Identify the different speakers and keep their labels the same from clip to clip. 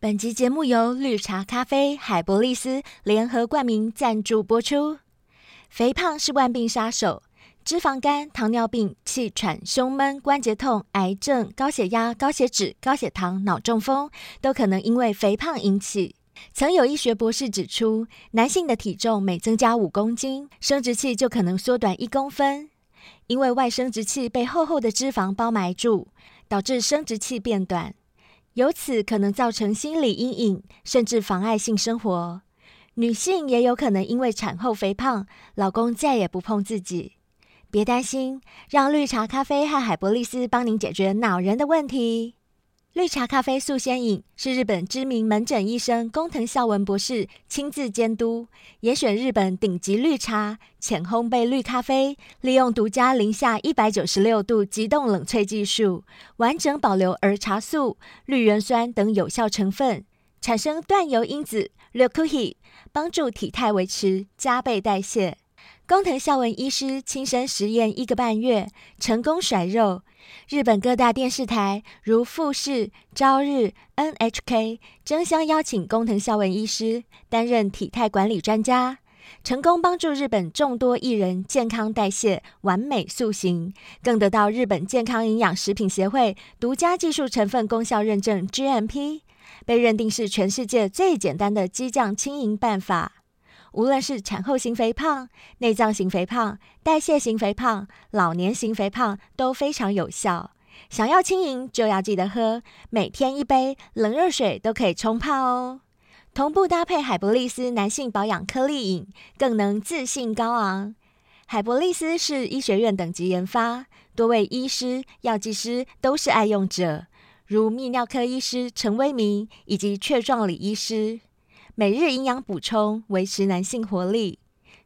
Speaker 1: 本集节目由绿茶咖啡、海博利斯联合冠名赞助播出。肥胖是万病杀手，脂肪肝、糖尿病、气喘、胸闷、关节痛、癌症、高血压、高血脂、高血糖、脑中风都可能因为肥胖引起。曾有医学博士指出，男性的体重每增加五公斤，生殖器就可能缩短一公分，因为外生殖器被厚厚的脂肪包埋住，导致生殖器变短，由此可能造成心理阴影，甚至妨碍性生活。女性也有可能因为产后肥胖，老公再也不碰自己。别担心，让绿茶咖啡和海博利斯帮您解决恼人的问题。绿茶咖啡素鲜饮是日本知名门诊医生工藤孝文博士亲自监督，严选日本顶级绿茶、浅烘焙绿咖啡，利用独家零下一百九十六度急冻冷萃技术，完整保留儿茶素、绿原酸等有效成分，产生断油因子 l e c o h i 帮助体态维持加倍代谢。工藤孝文医师亲身实验一个半月，成功甩肉。日本各大电视台如富士、朝日、NHK 争相邀请工藤孝文医师担任体态管理专家，成功帮助日本众多艺人健康代谢、完美塑形，更得到日本健康营养食品协会独家技术成分功效认证 GMP，被认定是全世界最简单的激将轻盈办法。无论是产后型肥胖、内脏型肥胖、代谢型肥胖、老年型肥胖都非常有效。想要轻盈就要记得喝，每天一杯冷热水都可以冲泡哦。同步搭配海博利斯男性保养颗粒饮，更能自信高昂。海博利斯是医学院等级研发，多位医师、药剂师都是爱用者，如泌尿科医师陈威明以及雀状理医师。每日营养补充，维持男性活力，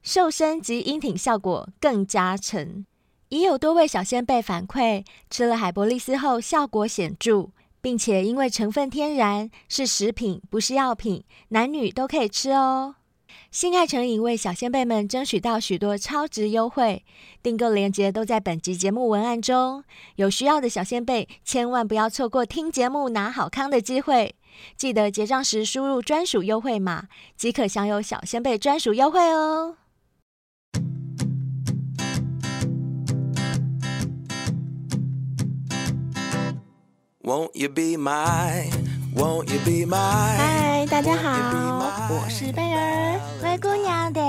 Speaker 1: 瘦身及阴挺效果更加成。已有多位小先辈反馈，吃了海博利斯后效果显著，并且因为成分天然，是食品不是药品，男女都可以吃哦。性爱成瘾为小先辈们争取到许多超值优惠，订购链接都在本集节目文案中。有需要的小先辈千万不要错过听节目拿好康的机会。记得结账时输入专属优惠码，即可享有小仙贝专属优惠哦。
Speaker 2: Won't you be my? Won't you be my?
Speaker 3: 嗨，大家好，我是贝儿，
Speaker 1: 灰姑娘的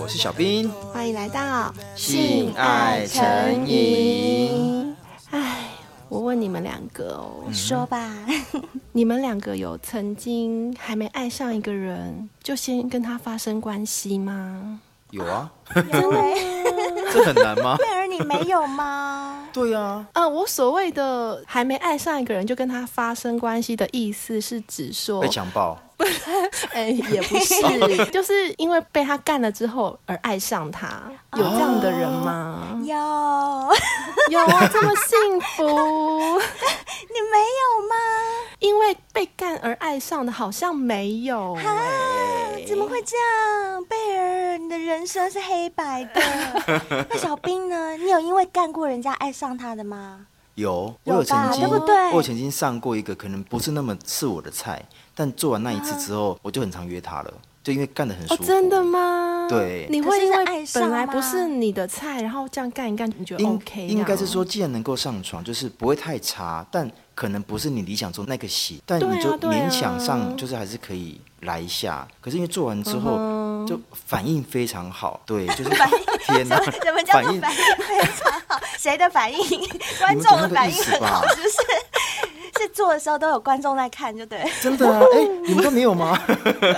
Speaker 4: 我是小兵，
Speaker 3: 欢迎来到。
Speaker 4: 性爱成瘾。
Speaker 3: 唉，哎我问你们两个哦，
Speaker 1: 说吧，
Speaker 3: 你们两个有曾经还没爱上一个人就先跟他发生关系吗？
Speaker 4: 有啊，
Speaker 1: 因为
Speaker 4: 这很难吗？
Speaker 1: 贝儿你没有吗？
Speaker 4: 对啊，
Speaker 3: 嗯、我所谓的还没爱上一个人就跟他发生关系的意思是指说
Speaker 4: 被，强暴，
Speaker 3: 哎、也不 是，就是因为被他干了之后而爱上他，有这样的人吗？
Speaker 1: 有，
Speaker 3: 有啊，这么幸福。
Speaker 1: 你没有吗？
Speaker 3: 因为被干而爱上的，好像没有、欸。
Speaker 1: 怎么会这样？贝儿，你的人生是黑白 的。那小兵呢？你有因为干过人家爱上他的吗？
Speaker 4: 有，我
Speaker 1: 有
Speaker 4: 有
Speaker 1: 吧
Speaker 4: 曾经，
Speaker 1: 对不对
Speaker 4: 我有曾经上过一个可能不是那么是我的菜，但做完那一次之后，我就很常约他了，就因为干得很舒
Speaker 3: 哦，
Speaker 4: 服。
Speaker 3: 真的？吗？
Speaker 4: 对
Speaker 3: 你会因为
Speaker 1: 可是是爱上
Speaker 3: 本
Speaker 1: 吗
Speaker 3: 来不是你的菜，然后这样干一干，你觉得
Speaker 4: 啊应
Speaker 3: OK？
Speaker 4: 应该是
Speaker 3: 这样
Speaker 4: 说，既然能够上床，就是不会太差，但可能不是你理想中那个型，但
Speaker 3: 对啊
Speaker 4: 你就
Speaker 3: 对啊
Speaker 4: 勉强上，就是还是可以来一下。可是因为做完之后，就反应非常好，对，就是天 哪，
Speaker 1: 怎么叫
Speaker 4: 反
Speaker 1: 做
Speaker 4: 应
Speaker 1: 反应非常好？谁的反应？ 观
Speaker 4: 你们
Speaker 1: 众
Speaker 4: 懂
Speaker 1: 的
Speaker 4: 那
Speaker 1: 反
Speaker 4: 个意
Speaker 1: 应
Speaker 4: 思
Speaker 1: 很好，
Speaker 4: 吧
Speaker 1: 是不是？是做的时候都有观众在看，就 对。
Speaker 4: 真的啊？哎、你们都没有吗？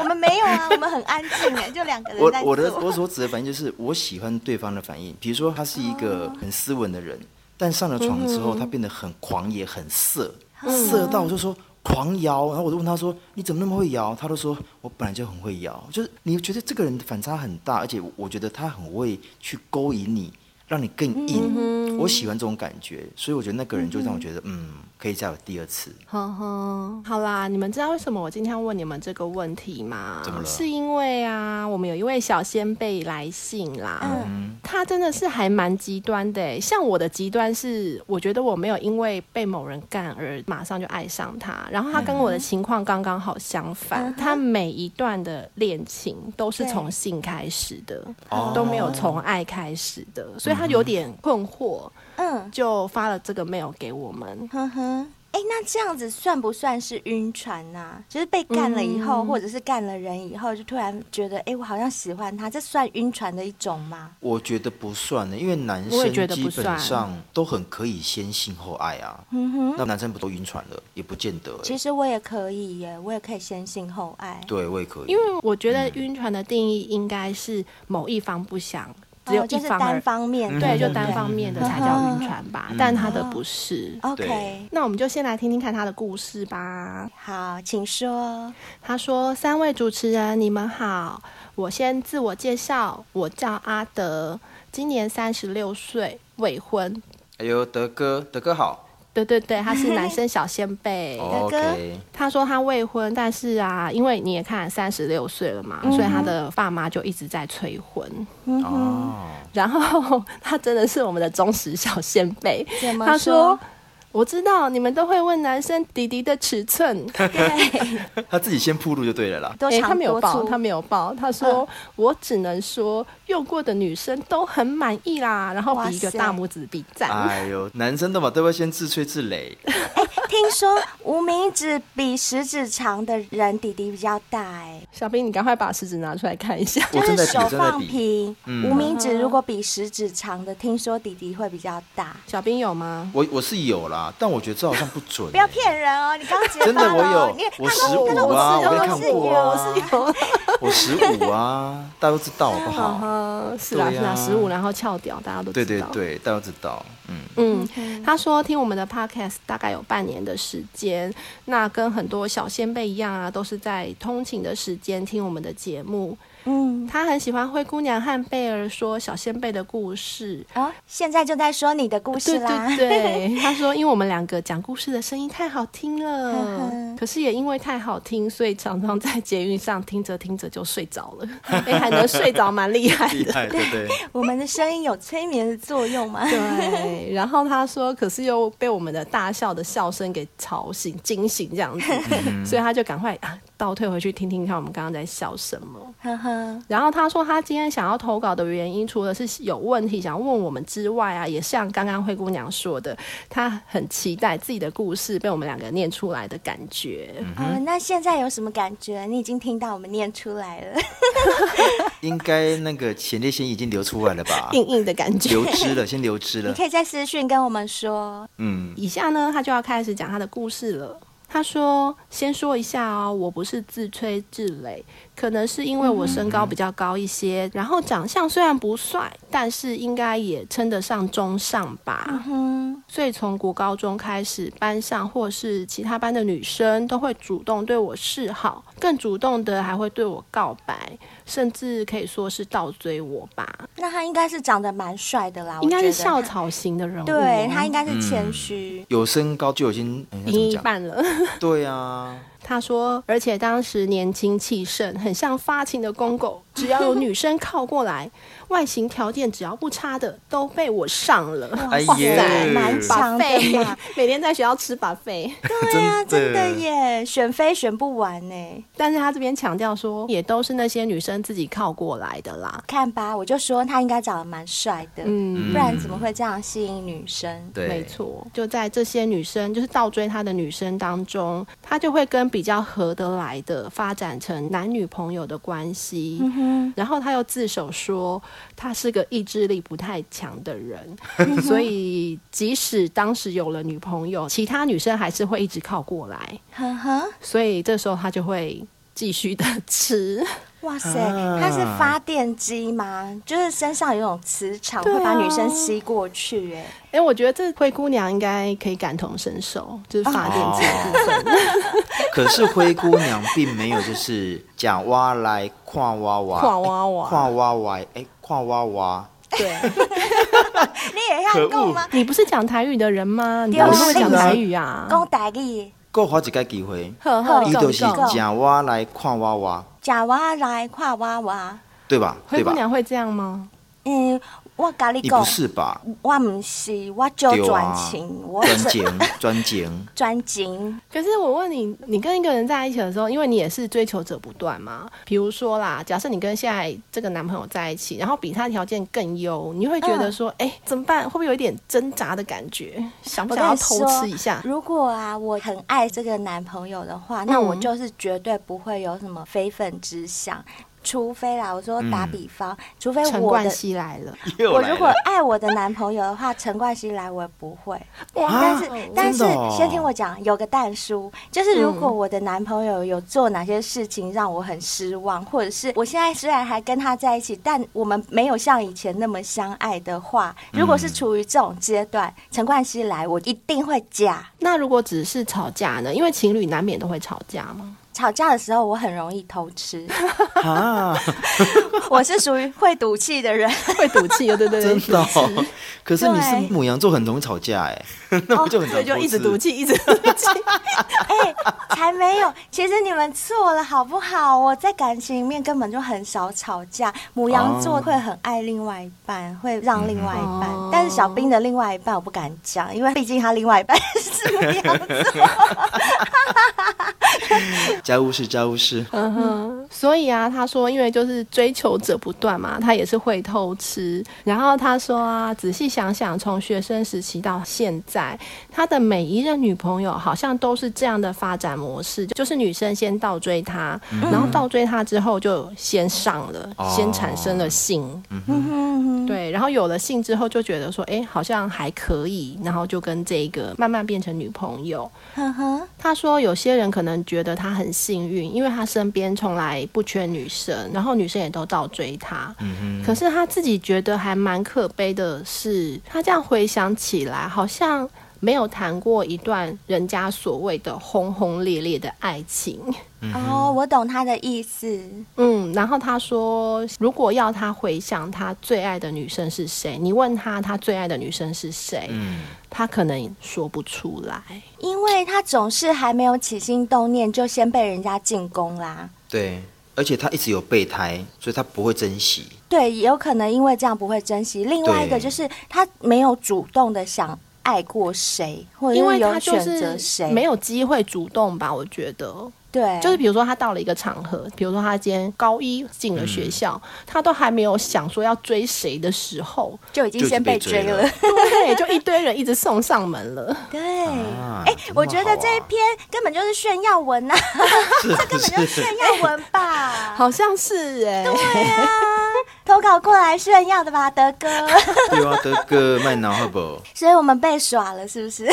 Speaker 1: 我们没有啊，我们很安静哎，就两个人
Speaker 4: 我
Speaker 1: 在做。
Speaker 4: 我的我所指的反应就是我喜欢对方的反应，比如说他是一个
Speaker 3: 哦
Speaker 4: 很斯文的人，但上了床之
Speaker 3: 嗯
Speaker 4: 后他变得很狂野、很色，
Speaker 3: 哦
Speaker 4: 色到我就说狂摇，然后我就问他说你怎么那么会摇？他都说我本来就很会摇，就是你觉得这个人反差很大，而且我我觉得他很会去勾引你，让你更硬。我喜欢这种感觉，所以我觉得那个人就让我觉得嗯可以再有第二次。
Speaker 3: 哼哼，好啦，你们知道为什么我今天要问你们这个问题吗？
Speaker 4: 怎么了
Speaker 3: 是因为啊，我们有一位小先辈来信啦，
Speaker 4: 嗯
Speaker 1: 嗯
Speaker 3: 他真的是还蛮极端的欸。像我的极端是，我觉得我没有因为被某人干而马上就爱上他，然后他跟我
Speaker 5: 嗯
Speaker 3: 的情况刚刚好相反，他每一段的恋情都是
Speaker 5: 对
Speaker 3: 从性开始的
Speaker 4: 哦，
Speaker 3: 都没有从爱开始的，所以他有点困惑，
Speaker 5: 嗯，
Speaker 3: 就发了这个 mail 给我们。
Speaker 5: 哼哼。哎，那这样子算不算是晕船呐、就是被干了以
Speaker 3: 嗯
Speaker 5: 后，或者是干了人以后，就突然觉得，哎、我好像喜欢他，这算晕船的一种吗？
Speaker 4: 我觉得不算的，因为男
Speaker 3: 我也
Speaker 4: 生
Speaker 3: 觉得
Speaker 4: 基
Speaker 3: 不算
Speaker 4: 本上都很可以先性后爱啊。
Speaker 3: 嗯
Speaker 4: 那男生不都晕船了？也不见得欸、
Speaker 5: 嗯其实我也可以耶，我也可以先性后爱。
Speaker 4: 对，我也可以。
Speaker 3: 因为我觉得晕船的定义应该是某一方不想，只有
Speaker 5: 哦
Speaker 3: 一
Speaker 5: 就是
Speaker 3: 方而、
Speaker 5: 单方面的，嗯哦
Speaker 3: 对，
Speaker 5: 不
Speaker 3: 就单方面的才叫晕船吧，但他的不是。
Speaker 5: OK，
Speaker 4: 对
Speaker 3: 那我们就先来听听看他的故事吧。
Speaker 5: 好，请说。
Speaker 3: 他说：“三位主持人，你们好，我先自我介绍，我叫阿德，今年三十六岁，未婚。
Speaker 4: 哎呦，德哥，德哥好。
Speaker 3: 对对对，他是男生小先辈。
Speaker 5: 哎德哥
Speaker 4: OK，
Speaker 3: 他说他未婚，但是啊，因为你也看三十六岁了
Speaker 5: 嗯
Speaker 3: 嘛，所以他的爸妈就一直在催婚。
Speaker 4: 哦，
Speaker 3: 然后他真的是我们的忠实小先辈，
Speaker 5: 怎么
Speaker 3: 他
Speaker 5: 说
Speaker 3: 说。我知道你们都会问男生弟弟的尺寸，
Speaker 5: 对，
Speaker 4: 他自己先铺路就对了啦。
Speaker 5: 多
Speaker 3: 诶
Speaker 5: 长
Speaker 3: 他没有
Speaker 5: 多
Speaker 3: 报，
Speaker 5: 粗嗯
Speaker 3: 他没有报。他说、我只能说用过的女生都很满意啦，然后
Speaker 5: 哇
Speaker 3: 比一个
Speaker 5: 塞
Speaker 3: 大拇指比
Speaker 5: 嗯
Speaker 3: 赞。
Speaker 4: 哎呦，男生的嘛都会先自吹自擂。
Speaker 5: 哎听说无名指比食指长的人底底比较大，哎，
Speaker 3: 小兵，你赶快把食指拿出来看一下。
Speaker 4: 我
Speaker 5: 就
Speaker 4: 正在
Speaker 5: 是
Speaker 4: 比，
Speaker 5: 手
Speaker 4: 我正在
Speaker 5: 放
Speaker 4: 比。
Speaker 5: 平，
Speaker 3: 嗯
Speaker 5: 无名指如果比食指长的，听说底底会比较大。
Speaker 3: 小兵有吗？
Speaker 4: 我我是有啦，但我觉得这好像不准欸。
Speaker 5: 不要骗人哦，你刚结
Speaker 4: 真的
Speaker 5: 巴了
Speaker 4: 我
Speaker 5: 哦，
Speaker 4: 有
Speaker 5: 你
Speaker 4: 我
Speaker 5: 他
Speaker 4: 15
Speaker 5: 说他说
Speaker 4: 啊
Speaker 5: 我
Speaker 4: 我
Speaker 5: 是
Speaker 4: 没
Speaker 5: 有
Speaker 4: 看过啊我十
Speaker 5: 我是有
Speaker 4: 五啊，大家都知道好不好？
Speaker 3: 嗯，是啦、
Speaker 4: 对
Speaker 3: 是
Speaker 4: 啊
Speaker 3: 啦，十五然后翘屌，大家都
Speaker 4: 对
Speaker 3: 知
Speaker 4: 对
Speaker 3: 道。
Speaker 4: 对，大家都知道。嗯，
Speaker 3: 嗯，他说听我们的 podcast 大概有半年的时间，那跟很多小先辈一样啊，都是在通勤的时间听我们的节目。
Speaker 5: 嗯
Speaker 3: 他很喜欢灰姑娘和贝儿说小先辈的故事。
Speaker 5: 啊，现在就在说你的故事
Speaker 3: 对
Speaker 5: 啦。
Speaker 3: 对 对，他说，因为我们两个讲故事的声音太好听
Speaker 5: 呵
Speaker 3: 了
Speaker 5: 呵，
Speaker 3: 可是也因为太好听，所以常常在捷运上听着听着就睡着了。 哎，还能睡着，蛮厉害 的。
Speaker 4: 害，对对。
Speaker 5: 我们的声音有催眠的作用吗？
Speaker 3: 对，然后他说，可是又被我们的大笑的笑声给吵醒、惊醒这样子，所以他就赶快啊倒退回去听听看我们刚刚在笑什么。
Speaker 5: 呵呵，
Speaker 4: 嗯
Speaker 3: 然后他说，他今天想要投稿的原因，除了是有问题想问我们之外啊，也像刚刚灰姑娘说的，他很期待自己的故事被我们两个念出来的感觉。
Speaker 5: 啊，那现在有什么感觉？你已经听到我们念出来了。
Speaker 4: 应该那个前列腺已经流出来了吧？
Speaker 3: 硬硬的感觉，
Speaker 4: 流汁了，先流汁
Speaker 5: 你
Speaker 4: 了。
Speaker 5: 可以在私讯跟我们说。
Speaker 4: 嗯，
Speaker 3: 以下呢，他就要开始讲他的故事了。他说：“先说一下哦，我不是自吹自擂，可能是因为我身高比较高一些，然后长相虽然不帅，但是应该也称得上中上吧。
Speaker 5: 嗯，
Speaker 3: 所以从国高中开始，班上或是其他班的女生都会主动对我示好，更主动的还会对我告白，甚至可以说是倒追我吧。
Speaker 5: 那他应该是长得蛮帅的啦，
Speaker 3: 应该是
Speaker 5: 我觉
Speaker 3: 校
Speaker 5: 得
Speaker 3: 草型的人物，哦
Speaker 5: 他。
Speaker 4: 哦
Speaker 5: 对他应该是谦虚。
Speaker 4: 有身高就已经，哎
Speaker 3: 已
Speaker 4: 那怎
Speaker 3: 经
Speaker 4: 么
Speaker 3: 一
Speaker 4: 讲？
Speaker 3: 半了。”
Speaker 4: 对啊，
Speaker 3: 他说，而且当时年轻气盛，很像发情的公狗，只要有女生靠过来，外形条件只要不差的，都被我上了。
Speaker 4: 哎
Speaker 5: 哇塞，
Speaker 4: 耶
Speaker 5: 蛮强的嘛。
Speaker 3: 每天在学校吃把费，
Speaker 5: 对啊，真的耶，选妃选不完呢。
Speaker 3: 但是他这边强调说，也都是那些女生自己靠过来的啦。
Speaker 5: 看吧，我就说他应该长得蛮帅的，
Speaker 3: 嗯，
Speaker 5: 不然怎么会这样吸引女生？
Speaker 4: 对，
Speaker 3: 没。错，就在这些女生，就是倒追他的女生当中，他就会跟比较合得来的发展成男女朋友的关系。
Speaker 5: 嗯
Speaker 3: 然后他又自首说，他是个意志力不太强的人，所以即使当时有了女朋友，其他女生还是会一直靠过来，
Speaker 5: 呵呵，
Speaker 3: 所以这时候他就会继续的吃。
Speaker 5: 哇塞，
Speaker 4: 啊
Speaker 5: 他是发电机吗？就是身上有种磁场
Speaker 3: 对啊
Speaker 5: 会把女生吸过去，哎，
Speaker 3: 哎，我觉得这灰姑娘应该可以感同身受，
Speaker 5: 啊
Speaker 3: 就是发电机的部分。
Speaker 4: 可是灰姑娘并没有就是假挖来跨挖挖，
Speaker 3: 跨挖挖
Speaker 4: 哎跨挖挖，哎跨挖挖，
Speaker 3: 对，
Speaker 5: 你也要讲吗？
Speaker 3: 你不是讲台语的人吗？你
Speaker 5: 对啊
Speaker 3: 怎么会讲
Speaker 4: 是啊
Speaker 3: 台语啊？
Speaker 5: 讲台语，
Speaker 4: 够好几个机会，
Speaker 3: 呵呵，
Speaker 4: 伊
Speaker 3: 你
Speaker 4: 就是
Speaker 3: 讲你讲
Speaker 5: 讲
Speaker 4: 假蛙来看娃娃，
Speaker 5: 假娃来看娃娃。
Speaker 4: 对吧？
Speaker 3: 灰
Speaker 4: 对
Speaker 3: 姑
Speaker 4: 吧？
Speaker 3: 娘会这样吗？
Speaker 5: 嗯，我甲你
Speaker 4: 你
Speaker 5: 讲
Speaker 4: 不，是吧？
Speaker 5: 我唔是，我就
Speaker 4: 对
Speaker 5: 专
Speaker 4: 啊
Speaker 5: 情，我
Speaker 4: 专
Speaker 5: 是
Speaker 4: 情， 专情，
Speaker 5: 专情。
Speaker 3: 可是我问你，你跟一个人在一起的时候，因为你也是追求者不断嘛。比如说啦，假设你跟现在这个男朋友在一起，然后比他条件更优，你会觉得说，哎、怎么办？会不会有一点挣扎的感觉？想不
Speaker 5: 嗯我
Speaker 3: 想
Speaker 5: 跟
Speaker 3: 要
Speaker 5: 你
Speaker 3: 偷
Speaker 5: 说
Speaker 3: 吃一下？
Speaker 5: 如果啊，我很爱这个男朋友的
Speaker 4: 嗯
Speaker 5: 话，那我就是绝对不会有什么非分之想，除非啦，我说
Speaker 4: 嗯
Speaker 5: 打比方，除非
Speaker 3: 陈
Speaker 5: 我
Speaker 3: 冠
Speaker 5: 的。
Speaker 3: 希来了，
Speaker 4: 又
Speaker 5: 我
Speaker 4: 来
Speaker 5: 如果
Speaker 4: 了
Speaker 5: 爱我的男朋友的话，陈冠希来我也不 会。
Speaker 3: 哇
Speaker 5: 但是、
Speaker 4: 啊
Speaker 5: 但
Speaker 4: 真
Speaker 5: 是
Speaker 4: 的哦
Speaker 5: 先听我讲，有个蛋叔，就是如果我的男朋友有做哪些事情让我很失望，或者是我现在虽然还跟他在一起，但我们没有像以前那么相爱的话，如果是处于这种阶段，陈冠希来我一定会假。
Speaker 3: 那如果只是吵架呢？因为情侣难免都会吵架嘛。
Speaker 5: 吵架的时候，我很容易偷吃，
Speaker 4: 啊，
Speaker 5: 我是属于会赌气的人。
Speaker 3: 会赌气，对对对，
Speaker 4: 真的哦、 可是你是
Speaker 5: 对
Speaker 4: 母羊座，很容易吵架哎， 那不就很
Speaker 3: 哦所
Speaker 4: 常
Speaker 3: 以就一直
Speaker 4: 偷
Speaker 3: 赌
Speaker 4: 吃
Speaker 3: 气，一直赌气。
Speaker 5: 哎、才没有！其实你们错了，好不好？我在感情里面根本就很少吵架。母羊座
Speaker 4: 哦
Speaker 5: 会很爱另外一半，会让另外一半。
Speaker 3: 嗯
Speaker 5: 但是小兵的另外一半我不敢讲，因为毕竟他另外一半是母羊 座。
Speaker 4: 家务事，家务事，
Speaker 3: 嗯哼，所以啊，他说，因为就是追求者不断嘛，他也是会偷吃。然后他说啊，仔细想想，从学生时期到现在，他的每一任女朋友好像都是这样的发展模式，就是女生先倒追他，然后倒追他之后就先上了，
Speaker 4: 哦
Speaker 3: 先产生了性，
Speaker 5: 嗯
Speaker 3: 对，然后有了性之后就觉得说，哎，好像还可以，然后就跟这个慢慢变成女朋友。
Speaker 5: 哼哼，
Speaker 3: 他说，有些人可能觉得他很幸运，因为他身边从来不缺女生，然后女生也都倒追他。
Speaker 4: 嗯
Speaker 3: 可是他自己觉得还蛮可悲的是，他这样回想起来，好像没有谈过一段人家所谓的轰轰烈烈的爱情。
Speaker 5: 哦，我懂他的意思。
Speaker 3: 嗯，然后他说，如果要他回想他最爱的女生是谁，你问他他最爱的女生是谁，
Speaker 4: 嗯
Speaker 3: 他可能说不出来。
Speaker 5: 因为他总是还没有起心动念，就先被人家进攻啦。
Speaker 4: 对，而且他一直有备胎，所以他不会珍惜。
Speaker 5: 对，也有可能因为这样不会珍惜。另外一个
Speaker 4: 对
Speaker 5: 就是他没有主动的想爱过谁，或者
Speaker 3: 因为
Speaker 5: 嗯有
Speaker 3: 他就
Speaker 5: 选择谁，
Speaker 3: 是没有机会主动吧，我觉得。
Speaker 5: 对，
Speaker 3: 就是比如说他到了一个场合，比如说他今天高一进了学校，他都还没有想说要追谁的时候，
Speaker 5: 就已经
Speaker 4: 就已
Speaker 5: 先
Speaker 4: 经被
Speaker 5: 被追
Speaker 4: 追
Speaker 5: 了
Speaker 4: 了。
Speaker 3: 对，就一堆人一直送上门了。
Speaker 5: 对，
Speaker 4: 啊
Speaker 5: 哎、
Speaker 4: 怎么
Speaker 5: 我觉得
Speaker 4: 好啊
Speaker 5: 这一篇根本就是炫耀文呐、 这根本就是炫耀文吧？
Speaker 3: 好像是哎、
Speaker 5: 对呀、投稿过来炫耀的吧，德哥。
Speaker 4: 对啊，德哥卖脑好不好？
Speaker 5: 所以我们被耍了，是不是？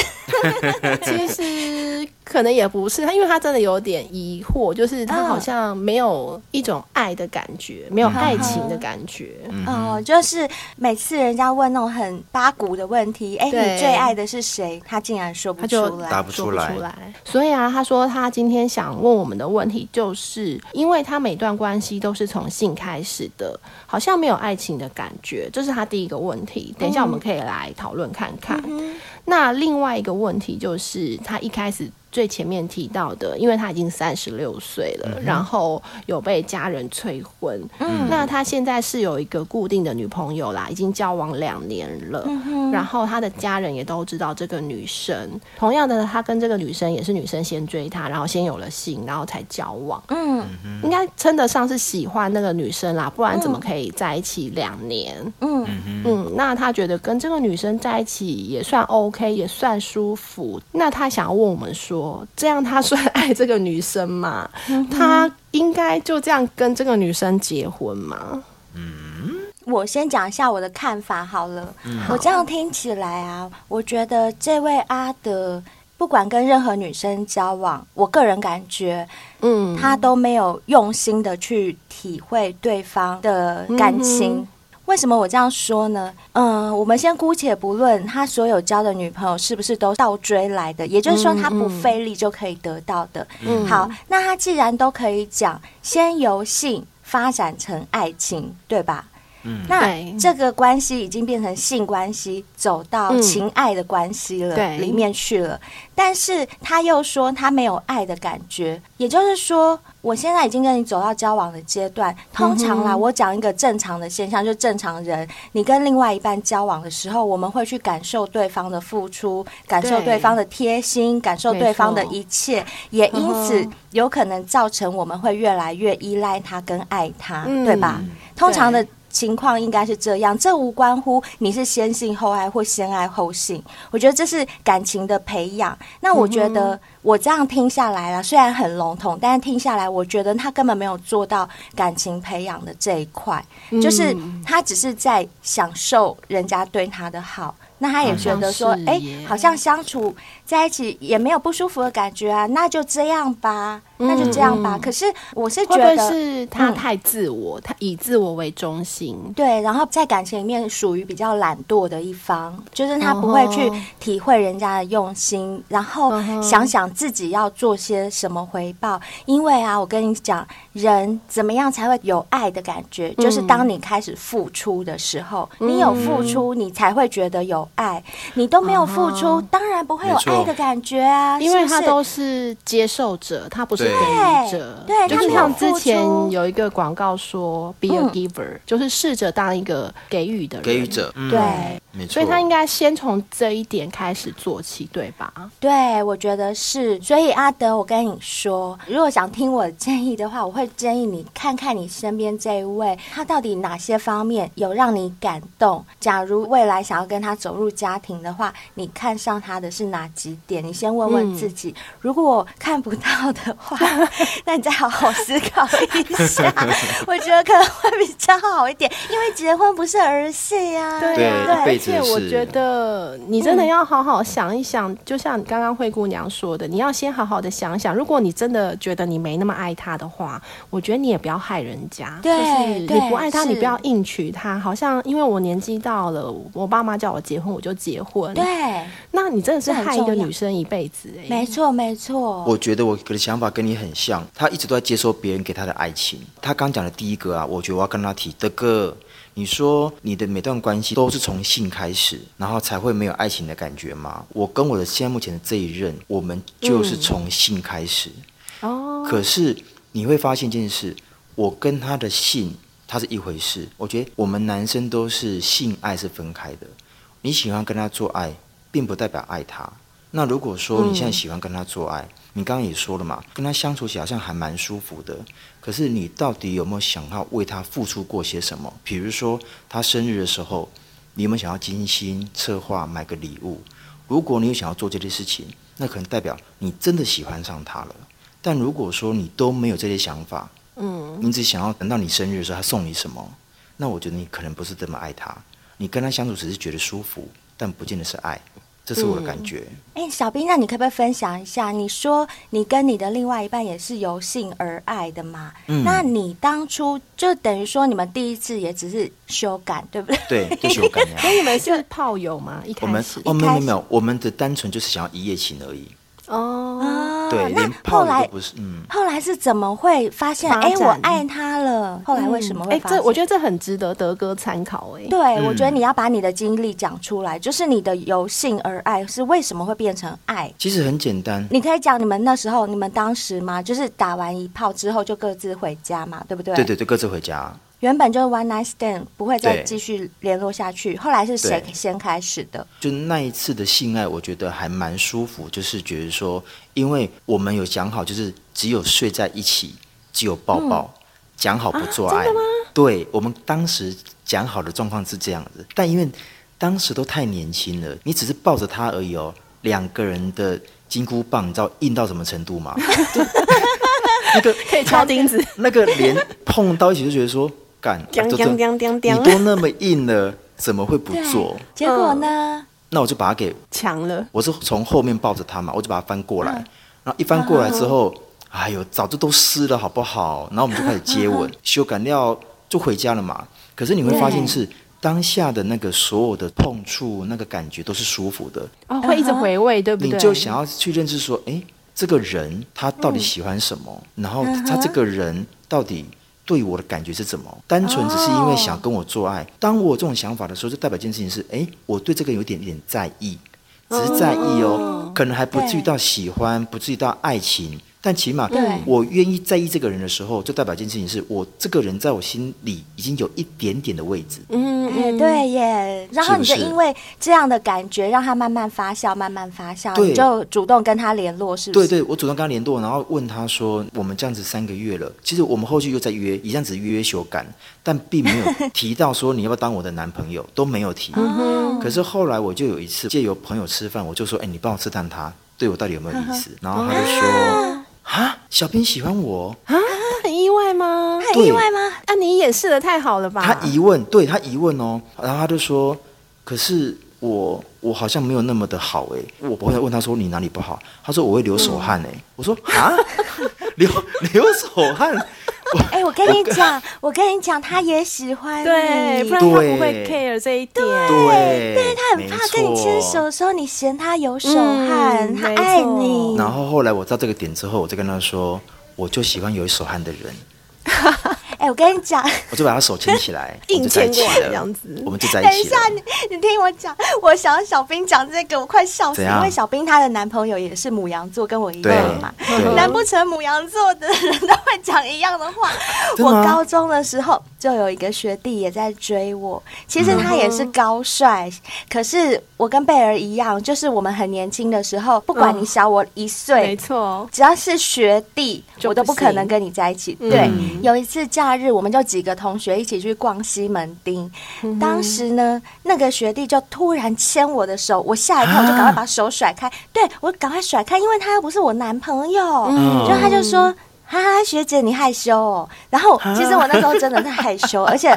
Speaker 3: 其实可能也不是他，因为他真的有点疑惑，就是他好像没有一种爱的感觉，没有爱情的感觉。
Speaker 4: 嗯
Speaker 5: 哦、就是每次人家问那种很八股的问题，哎、
Speaker 3: 对
Speaker 5: 你最爱的是谁？他竟然说不
Speaker 3: 他就
Speaker 5: 出
Speaker 4: 答
Speaker 5: 来。
Speaker 4: 不
Speaker 3: 说
Speaker 4: 出来
Speaker 3: 出来。所以啊，他说他今天想问我们的问题，就是因为他每段关系都是从性开始的，好像没有爱情的感觉，这是他第一个问题。等一下我们可以来讨论看看。那另外一个问题就是他一开始。最前面提到的，因为他已经三十六岁了，然后有被家人催婚，那他现在是有一个固定的女朋友啦，已经交往两年了，然后他的家人也都知道这个女生。同样的，他跟这个女生也是女生先追他，然后先有了性，然后才交往，
Speaker 5: 嗯
Speaker 3: 应该称得上是喜欢那个女生啦，不然怎么可以在一起两年？
Speaker 5: 嗯，
Speaker 3: 嗯，那他觉得跟这个女生在一起也算 OK，也算舒服。那他想要问我们说，这样他算爱这个女生吗？
Speaker 5: 嗯
Speaker 3: 他应该就这样跟这个女生结婚吗？
Speaker 5: 我先讲一下我的看法好了。我这样听起来啊，我觉得这位阿德不管跟任何女生交往，我个人感觉
Speaker 3: 嗯，
Speaker 5: 他都没有用心的去体会对方的感情。
Speaker 3: 嗯
Speaker 5: 为什么我这样说呢？嗯，我们先姑且不论他所有交的女朋友是不是都倒追来的，也就是说他不费力就可以得到的。
Speaker 3: 嗯
Speaker 5: 好，那他既然都可以讲，先由性发展成爱情，对吧？那
Speaker 3: 嗯对
Speaker 5: 这个关系已经变成性关系，走到
Speaker 3: 嗯
Speaker 5: 情爱的关系了、
Speaker 3: 对
Speaker 5: 里面去了。但是他又说他没有爱的感觉，也就是说，我现在已经跟你走到交往的阶
Speaker 3: 嗯
Speaker 5: 段。通常啦，我讲一个正常的现象，就正常人，你跟另外一半交往的时候，我们会去感受对方的付出，感受
Speaker 3: 对
Speaker 5: 对方的贴心，感受
Speaker 3: 没
Speaker 5: 对方的
Speaker 3: 错
Speaker 5: 一切，也因此
Speaker 3: 嗯哼
Speaker 5: 有可能造成我们会越来越依赖他跟爱他，
Speaker 3: 嗯
Speaker 5: 对吧？通常的
Speaker 3: 对
Speaker 5: 情况应该是这样，这无关乎你是先性后爱或先爱后性，我觉得这是感情的培养。那我觉
Speaker 3: 嗯
Speaker 5: 得我这样听下来了，虽然很笼统，但是听下来，我觉得他根本没有做到感情培养的这一块，就是
Speaker 3: 嗯
Speaker 5: 他只是在享受人家对他的好。那他也觉得说
Speaker 3: 好像，是
Speaker 5: 哎、
Speaker 3: 耶
Speaker 5: 好像相处在一起也没有不舒服的感觉啊，那就这样吧，那就这样吧。
Speaker 3: 嗯嗯
Speaker 5: 可是我是觉
Speaker 3: 会不会
Speaker 5: 得，
Speaker 3: 是他
Speaker 5: 嗯
Speaker 3: 太自我，他以自我为中心？
Speaker 5: 对，然后在感情里面属于比较懒惰的一方，就是他不会去
Speaker 3: 嗯哼
Speaker 5: 体会人家的用心，然后
Speaker 3: 嗯哼
Speaker 5: 想想自己要做些什么回报。因为啊，我跟你讲，人怎么样才会有爱的感觉？就是当
Speaker 3: 嗯
Speaker 5: 你开始付出的时候，你有付出，你才会觉得有爱。你都没有付出，
Speaker 3: 哦
Speaker 5: 当然不会有
Speaker 4: 没错
Speaker 5: 爱的感觉啊，
Speaker 3: 因为
Speaker 5: 是不
Speaker 3: 他
Speaker 5: 是
Speaker 3: 都是接受者，他不是给
Speaker 4: 对
Speaker 3: 予者。
Speaker 5: 对
Speaker 3: 就
Speaker 4: 他
Speaker 3: 是
Speaker 4: 没有
Speaker 3: 像
Speaker 5: 付
Speaker 3: 之前
Speaker 5: 出
Speaker 3: 有一个广告说 “be a
Speaker 5: 嗯
Speaker 3: giver”，、就是试着当一个给予的人。
Speaker 4: 给予者，嗯，
Speaker 5: 对。
Speaker 4: 没错，
Speaker 3: 所以他应该先从这一点开始做起，对吧？
Speaker 5: 对，我觉得是。所以阿德，我跟你说，如果想听我的建议的话，我会建议你看看你身边这一位，他到底哪些方面有让你感动。假如未来想要跟他走入家庭的话，你看上他的是哪几点？你先问问
Speaker 3: 嗯
Speaker 5: 自己。如果看不到的话， 那你再好好思考一下。我觉得可能会比较好一点，因为结婚不是儿戏啊。
Speaker 4: 对
Speaker 3: 啊
Speaker 4: 一
Speaker 3: 而
Speaker 4: 辈子
Speaker 3: 且我
Speaker 4: 是
Speaker 3: 觉得你
Speaker 5: 嗯
Speaker 3: 真的要好好想一想，就像你刚刚灰姑娘说的，你要先好好的想一想。如果你真的觉得你没那么爱他的话，我觉得你也不要害人家。
Speaker 5: 对
Speaker 3: 就是你
Speaker 5: 对
Speaker 3: 不爱他，
Speaker 5: 是
Speaker 3: 你不要硬娶他。好像因为我年纪到了，我爸妈叫我结婚，我就结婚。
Speaker 5: 对，
Speaker 3: 那你真的是
Speaker 5: 这很
Speaker 3: 害一个
Speaker 5: 重要
Speaker 3: 女生一辈子、欸。
Speaker 5: 没错，没错。
Speaker 4: 我觉得我的想法跟你很像，他一直都在接受别人给他的爱情。他刚讲的第一个啊，我觉得我要跟他提的哥，你说你的每段关系都是从性开始，然后才会没有爱情的感觉吗？我跟我的现在目前的这一任，我们就是从性开始。
Speaker 3: 哦，
Speaker 4: 可是你会发现一件事，我跟他的性，他是一回事。我觉得我们男生都是性爱是分开的，你喜欢跟他做爱，并不代表爱他。那如果说你现在喜欢跟他做爱，你刚刚也说了嘛，跟他相处起来好像还蛮舒服的。可是你到底有没有想要为他付出过些什么？比如说他生日的时候，你有没有想要精心策划买个礼物？如果你有想要做这些事情，那可能代表你真的喜欢上他了。但如果说你都没有这些想法，嗯，你只想要等到你生日的时候他送你什么，那我觉得你可能不是这么爱他。你跟他相处只是觉得舒服，但不见得是爱，这是我的感觉。
Speaker 5: 哎、小兵，那你可不可以分享一下？你说你跟你的另外一半也是由性而爱的嘛？
Speaker 4: 嗯
Speaker 5: 那你当初就等于说你们第一次也只是修改，对不对？
Speaker 4: 对，对，就是我感觉。啊
Speaker 3: 所以你们是炮友吗？一
Speaker 4: 我
Speaker 3: 开
Speaker 4: 们
Speaker 3: 始
Speaker 4: 哦，没
Speaker 5: 开
Speaker 4: 有
Speaker 5: 始
Speaker 4: 没有没有，我们的单纯就是想要一夜情而已。
Speaker 3: 哦，
Speaker 5: 啊
Speaker 4: 对，
Speaker 5: 那
Speaker 4: 连
Speaker 5: 后
Speaker 4: 泡友
Speaker 5: 来
Speaker 4: 都不是，嗯，
Speaker 5: 后来是怎么会发现？
Speaker 3: 发
Speaker 5: 哎、我
Speaker 3: 展
Speaker 5: 爱他了。后来为什么会
Speaker 3: 哎，
Speaker 5: 发现？
Speaker 3: 这我觉得这很值得德哥参考哎。
Speaker 5: 对，我
Speaker 4: 嗯
Speaker 5: 觉得你要把你的经历讲出来，就是你的由性而爱是为什么会变成爱？
Speaker 4: 其实很简单。
Speaker 5: 你可以讲你们那时候，你们当时嘛，就是打完一炮之后就各自回家嘛，对不对？
Speaker 4: 对对对，各自回家。
Speaker 5: 原本就是 one night stand，不会再
Speaker 4: 对
Speaker 5: 继续联络下去。后来是谁
Speaker 4: 对
Speaker 5: 先开始的？
Speaker 4: 就那一次的性爱，我觉得还蛮舒服，就是觉得说，因为我们有讲好，就是只有睡在一起，只有抱抱，
Speaker 5: 嗯
Speaker 4: 讲好不做
Speaker 5: 啊
Speaker 4: 爱。对，我们当时讲好的状况是这样子，但因为当时都太年轻了，你只是抱着他而已哦，两个人的金箍棒，你知道硬到什么程度吗？
Speaker 3: 可以敲钉子。
Speaker 4: 那个连碰到一起就觉得说， 干，啊
Speaker 3: 叮
Speaker 4: 就
Speaker 3: 叮
Speaker 4: 这
Speaker 3: 叮叮叮
Speaker 4: 你都那么硬了，怎么会不做？
Speaker 5: 结果呢？
Speaker 4: 那我就把他给
Speaker 3: 强了，
Speaker 4: 我是从后面抱着他嘛，我就把他翻过来，然后一翻过来之后，哎呦，早就都湿了，好不好？然后我们就开始接吻，修改料就回家了嘛。可是你会发现是当下的那个所有的碰触，那个感觉都是舒服的，
Speaker 3: 哦，会一直回味，对不对？
Speaker 4: 你就想要去认识
Speaker 3: 嗯
Speaker 4: 说，哎，这个人他到底喜欢什么？然后他这个人到底对我的感觉是怎么？单纯只是因为想跟我做爱。当我有这种想法的时候，就代表一件事情是：哎，我对这个有点点在意，只是在意哦，可能还不至于到喜欢，不至于到爱情，但起码
Speaker 5: 对
Speaker 4: 我愿意在意这个人的时候，就代表一件事情是我这个人在我心里已经有一点点的位置。
Speaker 3: 嗯
Speaker 5: 哎，对耶，然后你就是因为这样的感觉，让他慢慢发酵，慢慢发酵，
Speaker 4: 对
Speaker 5: 你就主动跟他联络，是不
Speaker 4: 对
Speaker 5: 是？
Speaker 4: 对，我主动跟他联络，然后问他说，我们这样子三个月了，其实我们后续又在约，一样子约约修改，但并没有提到说你要不要当我的男朋友，都没有提。
Speaker 5: 嗯
Speaker 3: 嗯
Speaker 4: 可是后来我就有一次借由朋友吃饭，我就说，哎、你帮我试探他对我到底有没有意思，
Speaker 5: 嗯
Speaker 4: 然后他就说，啊，小编喜欢我，
Speaker 3: 那很意外吗？
Speaker 5: 很意
Speaker 4: 对
Speaker 5: 外吗？
Speaker 3: 那、你掩饰的太好了吧？
Speaker 4: 他疑问，对他疑问哦，然后他就说，可是我我好像没有那么的好哎，我朋友问他说你哪里不好，他说我会流手汗哎，
Speaker 5: 嗯
Speaker 4: 我说啊， 流流手汗，
Speaker 5: 哎、我跟你讲， 我跟你讲，他也喜欢你，
Speaker 3: 对，不然他不会 care 这一点。
Speaker 4: 对，
Speaker 5: 对他很
Speaker 4: 没
Speaker 5: 怕跟你牵手
Speaker 4: 错。
Speaker 5: 的时候，你嫌他有手
Speaker 3: 嗯
Speaker 5: 汗，他
Speaker 3: 没
Speaker 5: 爱
Speaker 3: 错
Speaker 5: 你，
Speaker 4: 然后后来我知道这个点之后，我就跟他说，我就喜欢有手汗的人，
Speaker 5: 哎、我跟你讲，
Speaker 4: 我就把他手牵起来，我
Speaker 3: 硬
Speaker 4: 们就在一
Speaker 3: 牵
Speaker 4: 起
Speaker 3: 过来
Speaker 4: 了，
Speaker 3: 这样子
Speaker 4: 我们就在
Speaker 5: 等
Speaker 4: 一
Speaker 5: 一
Speaker 4: 起
Speaker 5: 下
Speaker 4: 了。
Speaker 5: 你你听我讲，我想小兵讲这个，我快笑死，
Speaker 4: 怎
Speaker 5: 因
Speaker 4: 样
Speaker 5: 为小兵她的男朋友也是母羊座，跟我一
Speaker 4: 对
Speaker 5: 样嘛。
Speaker 4: 对
Speaker 5: 难不成母羊座的人都会讲一样的话？
Speaker 4: 真
Speaker 5: 我
Speaker 4: 的吗
Speaker 5: 高中的时候就有一个学弟也在追我，其
Speaker 4: 嗯
Speaker 5: 实他也是高帅，可是我跟贝儿一样，就是我们很年轻的时候，不
Speaker 4: 嗯
Speaker 5: 管你小我一岁
Speaker 3: 没，错，
Speaker 5: 只要是学弟，
Speaker 3: 就
Speaker 5: 我都
Speaker 3: 不
Speaker 5: 不可能
Speaker 3: 行
Speaker 5: 跟你在一起。
Speaker 3: 嗯
Speaker 5: 对，有一次假日，我们就几个同学一起去逛西门町，
Speaker 3: 嗯
Speaker 5: 当时呢，那个学弟就突然牵我的手，我吓一跳，我就赶快把手甩开，对我赶快甩开，因为他又不是我男朋友，
Speaker 4: 嗯
Speaker 5: 就他就说。哈哈，学姐你害羞哦。然后其实我那时候真的是害 羞，而且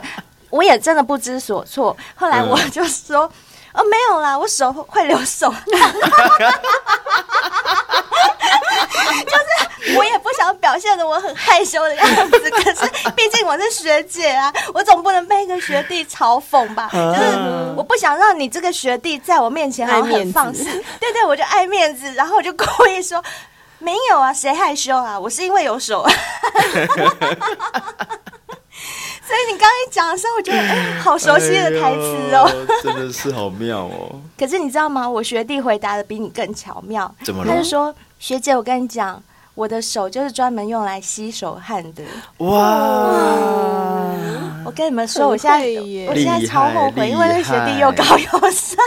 Speaker 5: 我也真的不知所措。后来
Speaker 3: 嗯
Speaker 5: 我就说，哦没有啦，我手会流手 汗。我也不想表现的我很害羞的样子，可是毕竟我是学姐啊，我总不能被一个学弟嘲讽吧？就是我不想让你这个学弟在我面前好像很放肆
Speaker 3: 爱，
Speaker 5: 对对，我就爱面子，然后我就故意说。没有啊，谁害羞啊？我是因为有手、啊，所以你刚才讲的时候，我觉得哎，好熟悉的台
Speaker 4: 哎
Speaker 5: 词哦。
Speaker 4: 真的是好妙哦。
Speaker 5: 可是你知道吗？我学弟回答的比你更巧妙，
Speaker 4: 怎么了
Speaker 5: 他就说：“学姐，我跟你讲，我的手就是专门用来吸手汗的。
Speaker 4: 哇，
Speaker 5: 我跟你们说，我现在
Speaker 3: 很会耶
Speaker 5: 我现在超后
Speaker 4: 厉
Speaker 5: 悔，
Speaker 4: 害
Speaker 5: 因为那学弟又高又帅，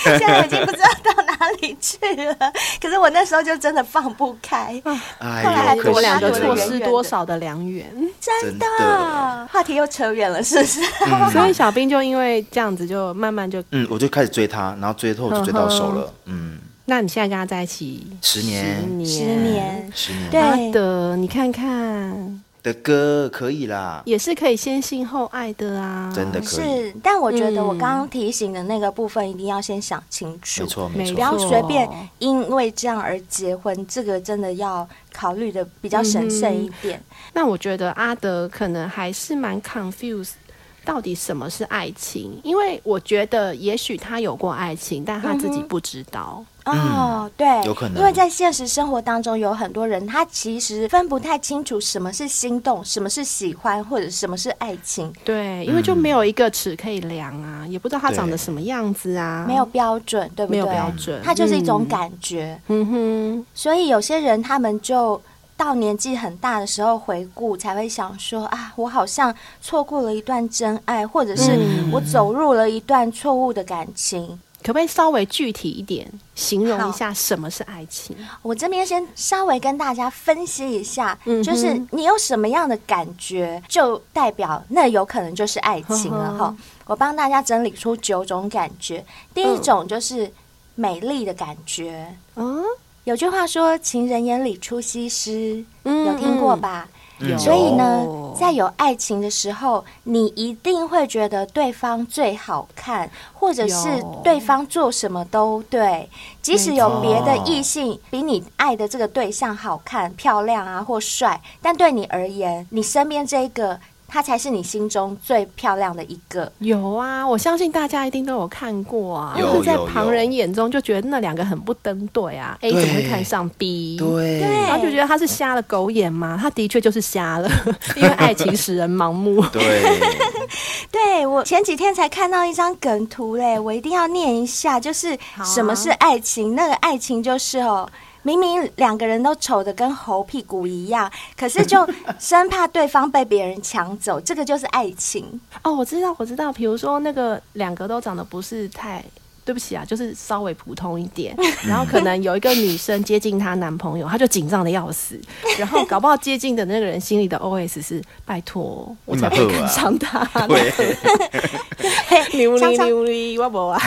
Speaker 5: 现在已经不知道到哪里去了。可是我那时候就真的放不开，
Speaker 4: 哎呦，
Speaker 5: 看来
Speaker 4: 可
Speaker 3: 我
Speaker 5: 我
Speaker 4: 惜
Speaker 3: 两
Speaker 5: 俩
Speaker 3: 个
Speaker 5: 就
Speaker 4: 了
Speaker 3: 错失多少的良缘，
Speaker 5: 真
Speaker 4: 真的
Speaker 5: 话题又扯远了，是不是？
Speaker 3: 嗯所以小兵就因为这样子，就慢慢就……
Speaker 4: 嗯，我就开始追他，然后追透就追到手了，嗯，
Speaker 3: 那你现在跟他在一起
Speaker 4: 十年
Speaker 3: 十年，
Speaker 5: 十年，
Speaker 4: 嗯十年
Speaker 5: 对
Speaker 3: 阿德，你看看，
Speaker 4: 的歌可以啦，
Speaker 3: 也是可以先性后爱的啊，
Speaker 4: 真的可以，
Speaker 5: 是，但我觉得我
Speaker 3: 嗯
Speaker 5: 刚刚提醒的那个部分，一定要先想清楚。
Speaker 4: 没错没
Speaker 3: 没
Speaker 4: 错
Speaker 5: 不，要
Speaker 3: 错
Speaker 5: 随便因为这样而结婚，这个真的要考虑的比较审慎一点。
Speaker 3: 那我觉得阿德可能还是蛮 confused，到底什么是爱情？因为我觉得也许他有过爱情，但他自
Speaker 5: 嗯
Speaker 3: 己不知道。嗯
Speaker 5: 哦，对，
Speaker 4: 有可能
Speaker 5: 因为在现实生活当中，有很多人他其实分不太清楚什么是心动，什么是喜欢，或者什么是爱情，
Speaker 3: 对，因为
Speaker 5: 嗯
Speaker 3: 就没有一个尺可以量啊，也不知道他长得什么样子啊，
Speaker 5: 没有标准，对不
Speaker 3: 没
Speaker 5: 对？
Speaker 3: 有标准，
Speaker 5: 它就是一种
Speaker 3: 嗯。
Speaker 5: 感觉。
Speaker 3: 嗯哼，
Speaker 5: 所以有些人他们就到年纪很大的时候回顾，才会想说啊，我好像错过了一段真爱，或者是
Speaker 3: 嗯
Speaker 5: 我走入了一段错误的感情。
Speaker 3: 可不可以稍微具体一点，形容
Speaker 5: 好
Speaker 3: 一下什么是爱情？
Speaker 5: 我这边先稍微跟大家分析一下，
Speaker 3: 嗯哼
Speaker 5: 就是你有什么样的感觉，就代表那有可能就是爱情了
Speaker 3: 呵呵
Speaker 5: 哈。我帮大家整理出九种感觉，第一种就是美丽的感觉。
Speaker 3: 嗯，
Speaker 5: 有句话说“情人眼里出西施”，
Speaker 3: 嗯
Speaker 5: 有听过？吧？
Speaker 4: 嗯
Speaker 5: 所以呢
Speaker 3: 有，
Speaker 5: 在有爱情的时候，你一定会觉得对方最好看，或者是
Speaker 3: 有
Speaker 5: 对方做什么都对，即使有别的异性比你爱的这个对象好看、漂亮啊或帅，但对你而言，你身边这一个。她才是你心中最漂亮的一个。
Speaker 3: 有啊，我相信大家一定都有看过啊。
Speaker 4: 有
Speaker 3: 可是在
Speaker 4: 有
Speaker 3: 旁
Speaker 4: 有
Speaker 3: 人眼中就觉得那两个很不登对啊，A 怎么会看上 B？
Speaker 4: 对
Speaker 5: 对
Speaker 3: 然后就觉得他是瞎了狗眼嘛，他的确就是瞎了，因为爱情使人盲目。
Speaker 4: 对，
Speaker 5: 对我前几天才看到一张梗图嘞，我一定要念一下，就是
Speaker 3: 好啊
Speaker 5: 什么是爱情？那个爱情就是哦。明明两个人都丑的跟猴屁股一样，可是就生怕对方被别人抢走，这个就是爱情。
Speaker 3: 哦，我知道，我知道。比如说那个两个都长得不是太，对不起啊，就是稍微普通一点。然后可能有一个女生接近她男朋友，她就紧张的要死。然后搞不好接近的那个人心里的 OS 是：拜托，我才不会看上他。
Speaker 4: 对，
Speaker 3: 牛
Speaker 5: 常
Speaker 3: 哩
Speaker 5: 常
Speaker 3: 牛哩，我不啊。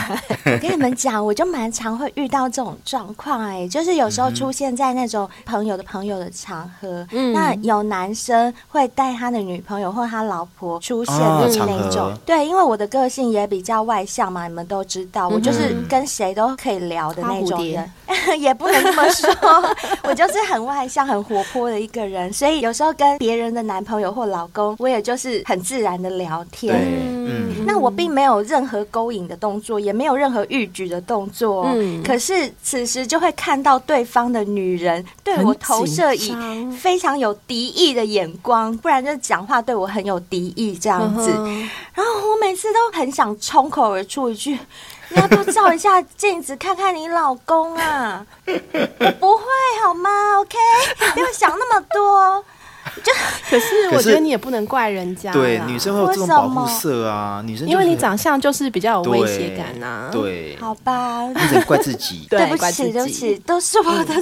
Speaker 5: 我跟你们讲，我就蛮常会遇到这种状况哎，就是有
Speaker 4: 嗯
Speaker 5: 时候出现在那种朋友的朋友的场合，
Speaker 3: 嗯
Speaker 5: 那有男生会带他的女朋友或他老婆出现
Speaker 4: 啊
Speaker 5: 的
Speaker 4: 场
Speaker 5: 那种。
Speaker 4: 合
Speaker 5: 对，因为我的个性也比较外向嘛，你们都知道，我就是
Speaker 4: 嗯
Speaker 5: 跟谁都可以聊的那
Speaker 3: 花蝴
Speaker 5: 种
Speaker 3: 蝶
Speaker 5: 人， 也不能这么说，我就是很外向、很活泼的一个人，所以有时候跟别人的男朋友或老公，我也就是很自然的聊天。
Speaker 4: 对嗯
Speaker 5: 那我并没有任何勾引的动作，也没有任何欲举的动作、哦。
Speaker 3: 嗯
Speaker 5: 可是此时就会看到对方的女人对我投射以
Speaker 3: 很紧张
Speaker 5: 非常有敌意的眼光，不然就是讲话对我很有敌意这样子。
Speaker 3: 嗯
Speaker 5: 然后我每次都很想冲口而出一句：“你要不要照一下镜子看看你老公啊？”我不会好吗？OK，不要想那么多。
Speaker 3: 可是
Speaker 4: 可
Speaker 3: 我
Speaker 4: 是
Speaker 3: 觉得你也不能怪人家啦。
Speaker 4: 对，女生会有这种保护色啊，女生
Speaker 3: 嗯因为
Speaker 4: 就是
Speaker 3: 你长相就是比较有
Speaker 4: 对
Speaker 3: 威胁感呐、啊。
Speaker 4: 对，
Speaker 5: 好吧，
Speaker 4: 你只能怪自己，
Speaker 3: 对
Speaker 5: 对不
Speaker 3: 怪自
Speaker 5: 起，对不
Speaker 3: 己
Speaker 5: 起，都是我的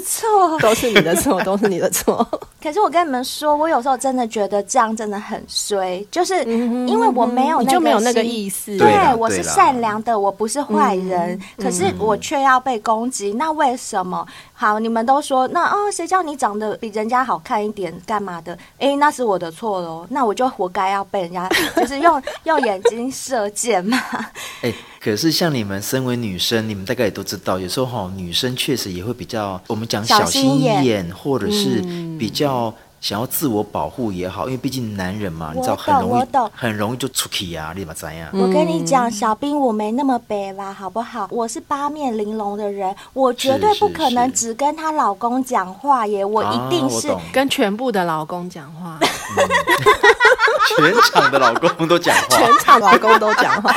Speaker 5: 错。
Speaker 3: 都是你的错，都是你的错。
Speaker 5: 可是我跟你们说，我有时候真的觉得这样真的很衰，就是因为我没有
Speaker 3: 嗯你
Speaker 5: 那个
Speaker 3: 就没有那个
Speaker 5: 心
Speaker 3: 意思。
Speaker 5: 对
Speaker 4: 对啦
Speaker 5: 我是
Speaker 4: 对啦
Speaker 5: 善良的，我不是坏人，可是我却要被攻击，那为什么？好，你们都说那哦，谁叫你长得比人家好看一点，干嘛的？诶，那是我的错喽，那我就活该要被人家 就是用用眼睛射箭嘛。
Speaker 4: 哎、可是像你们身为女生，你们大概也都知道，有时候哈、女生确实也会比较，我们讲
Speaker 5: 小
Speaker 4: 小
Speaker 5: 心
Speaker 4: 心
Speaker 5: 翼
Speaker 4: 眼，
Speaker 5: 眼嗯
Speaker 4: 或者是比较想要自我保护也好，因为毕竟男人嘛，你知道
Speaker 5: 我
Speaker 4: 很容
Speaker 5: 懂我
Speaker 4: 易
Speaker 5: 懂，
Speaker 4: 很容易就出去啊，立马怎样？
Speaker 5: 我跟你讲，小兵，我没那么北吧，好不好？我是八面玲珑的人，我绝对
Speaker 4: 是
Speaker 5: 不可能
Speaker 4: 是
Speaker 5: 只跟她老公讲话耶，我一定
Speaker 4: 啊、我
Speaker 5: 是、
Speaker 4: 懂，
Speaker 3: 跟全部的老公讲 话，
Speaker 4: 全场的老公都讲 话
Speaker 3: 全，场老公都讲 话，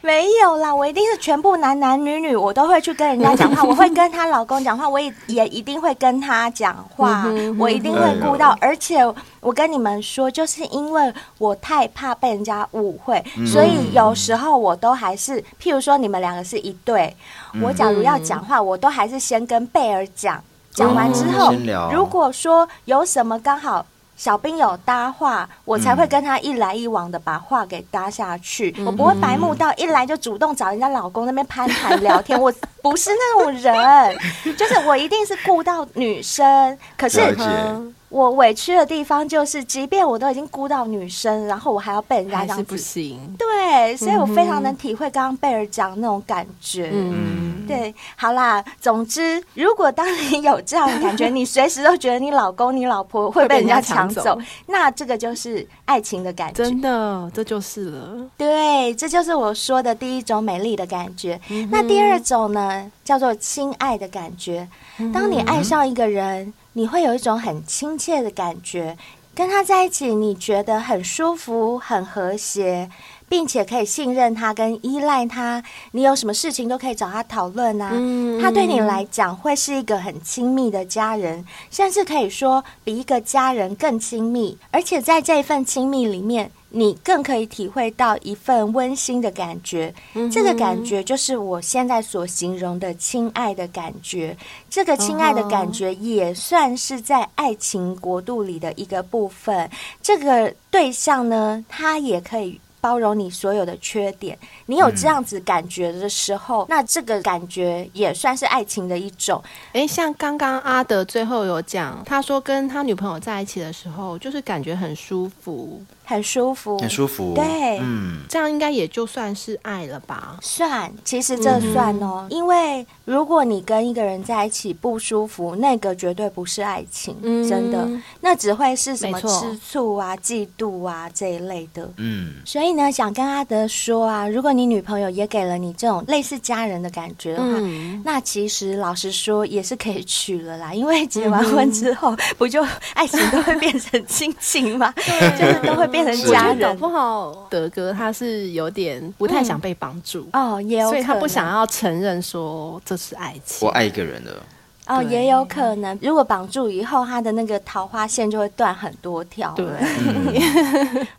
Speaker 5: 没有啦，我一定是全部男男女女，我都会去跟人家讲话，我会跟她老公讲话，我也也一定会跟她讲
Speaker 4: 嗯
Speaker 5: 话，我一定会顾
Speaker 4: 哎
Speaker 5: 到。而且我跟你们说，就是因为我太怕被人家误会，
Speaker 4: 嗯
Speaker 5: 所以有时候我都还是，譬如说你们两个是一对，
Speaker 4: 嗯
Speaker 5: 我假如要讲话，我都还是先跟贝尔讲，讲完之后
Speaker 4: 嗯先聊，
Speaker 5: 如果说有什么刚好。小兵有搭话，我才
Speaker 3: 嗯
Speaker 5: 会跟他一来一往的把话给搭下去。我不会白目到一来就主动找人家老公那边攀谈 聊天，我不是那种人，就是我一定是顾到女生。可是
Speaker 4: 了解
Speaker 5: 我委屈的地方就是，即便我都已经顾到女生，然后我还要被人家
Speaker 3: 还
Speaker 5: 这
Speaker 3: 是
Speaker 5: 样
Speaker 3: 不
Speaker 5: 子。
Speaker 3: 行。
Speaker 5: 对，所以我非常能体会刚刚贝尔讲那种感觉。
Speaker 3: 嗯，
Speaker 5: 对，好啦，总之，如果当你有这样的感觉，你随时都觉得你老公、你老婆会被人家抢
Speaker 3: 会被人
Speaker 5: 走
Speaker 3: 家抢，
Speaker 5: 那这个就是爱情的感觉。
Speaker 3: 真的，这就是
Speaker 5: 嗯
Speaker 3: 了。
Speaker 5: 对，这就是我说的第一种美丽的感觉。
Speaker 3: 嗯
Speaker 5: 那第二种呢，叫做亲爱的感觉。当你爱上一个人，你会有一种很亲切的感觉，跟他在一起，你觉得很舒服、很和谐，并且可以信任他跟依赖他。你有什么事情都可以找他讨论啊。
Speaker 3: 嗯
Speaker 5: 他对你来讲会是一个很亲密的家人，甚至可以说比一个家人更亲密。而且在这一份亲密里面，你更可以体会到一份温馨的感觉。这个感觉就是我现在所形容的亲爱的感觉。这个亲爱的
Speaker 4: 哦
Speaker 5: 感觉也算是在爱情国度里的一个部分。这个对象呢，他也可以包容你所有的缺点。你有
Speaker 4: 嗯
Speaker 5: 这样子感觉的时候，那这个感觉也算是爱情的一种。
Speaker 3: 诶，哎像刚刚阿德最后有讲，他说跟他女朋友在一起的时候，就是感觉很舒服，
Speaker 5: 很舒服，
Speaker 4: 很舒服。
Speaker 5: 对
Speaker 4: 嗯，
Speaker 3: 这样应该也就算是爱了吧？
Speaker 5: 算，其实这
Speaker 3: 嗯
Speaker 5: 算哦，因为如果你跟一个人在一起不舒服，那个绝对不是爱情，
Speaker 3: 嗯
Speaker 5: 真的，那只会是什么
Speaker 3: 没错
Speaker 5: 吃醋啊、嫉妒啊这一类的。
Speaker 4: 嗯，
Speaker 5: 所以呢，想跟阿德说啊，如果你女朋友也给了你这种类似家人的感觉的话，
Speaker 3: 嗯，
Speaker 5: 那其实老实说也是可以娶了啦，因为结完婚之
Speaker 3: 嗯
Speaker 5: 后， 不就爱情都会变成亲情嘛，就是都会变成
Speaker 4: 是
Speaker 5: 家
Speaker 3: 我觉得搞
Speaker 5: 人
Speaker 3: 不好德哥他是有点不太想被帮助，
Speaker 5: 哦，也有可
Speaker 3: 所以
Speaker 5: 能，
Speaker 3: 他不想要承认说这是爱情。
Speaker 4: 我爱一个人的，
Speaker 5: 哦，
Speaker 3: 对
Speaker 5: 也有可能，如果绑住以后，他的那个桃花线就会断很多条。
Speaker 3: 对，，
Speaker 4: 嗯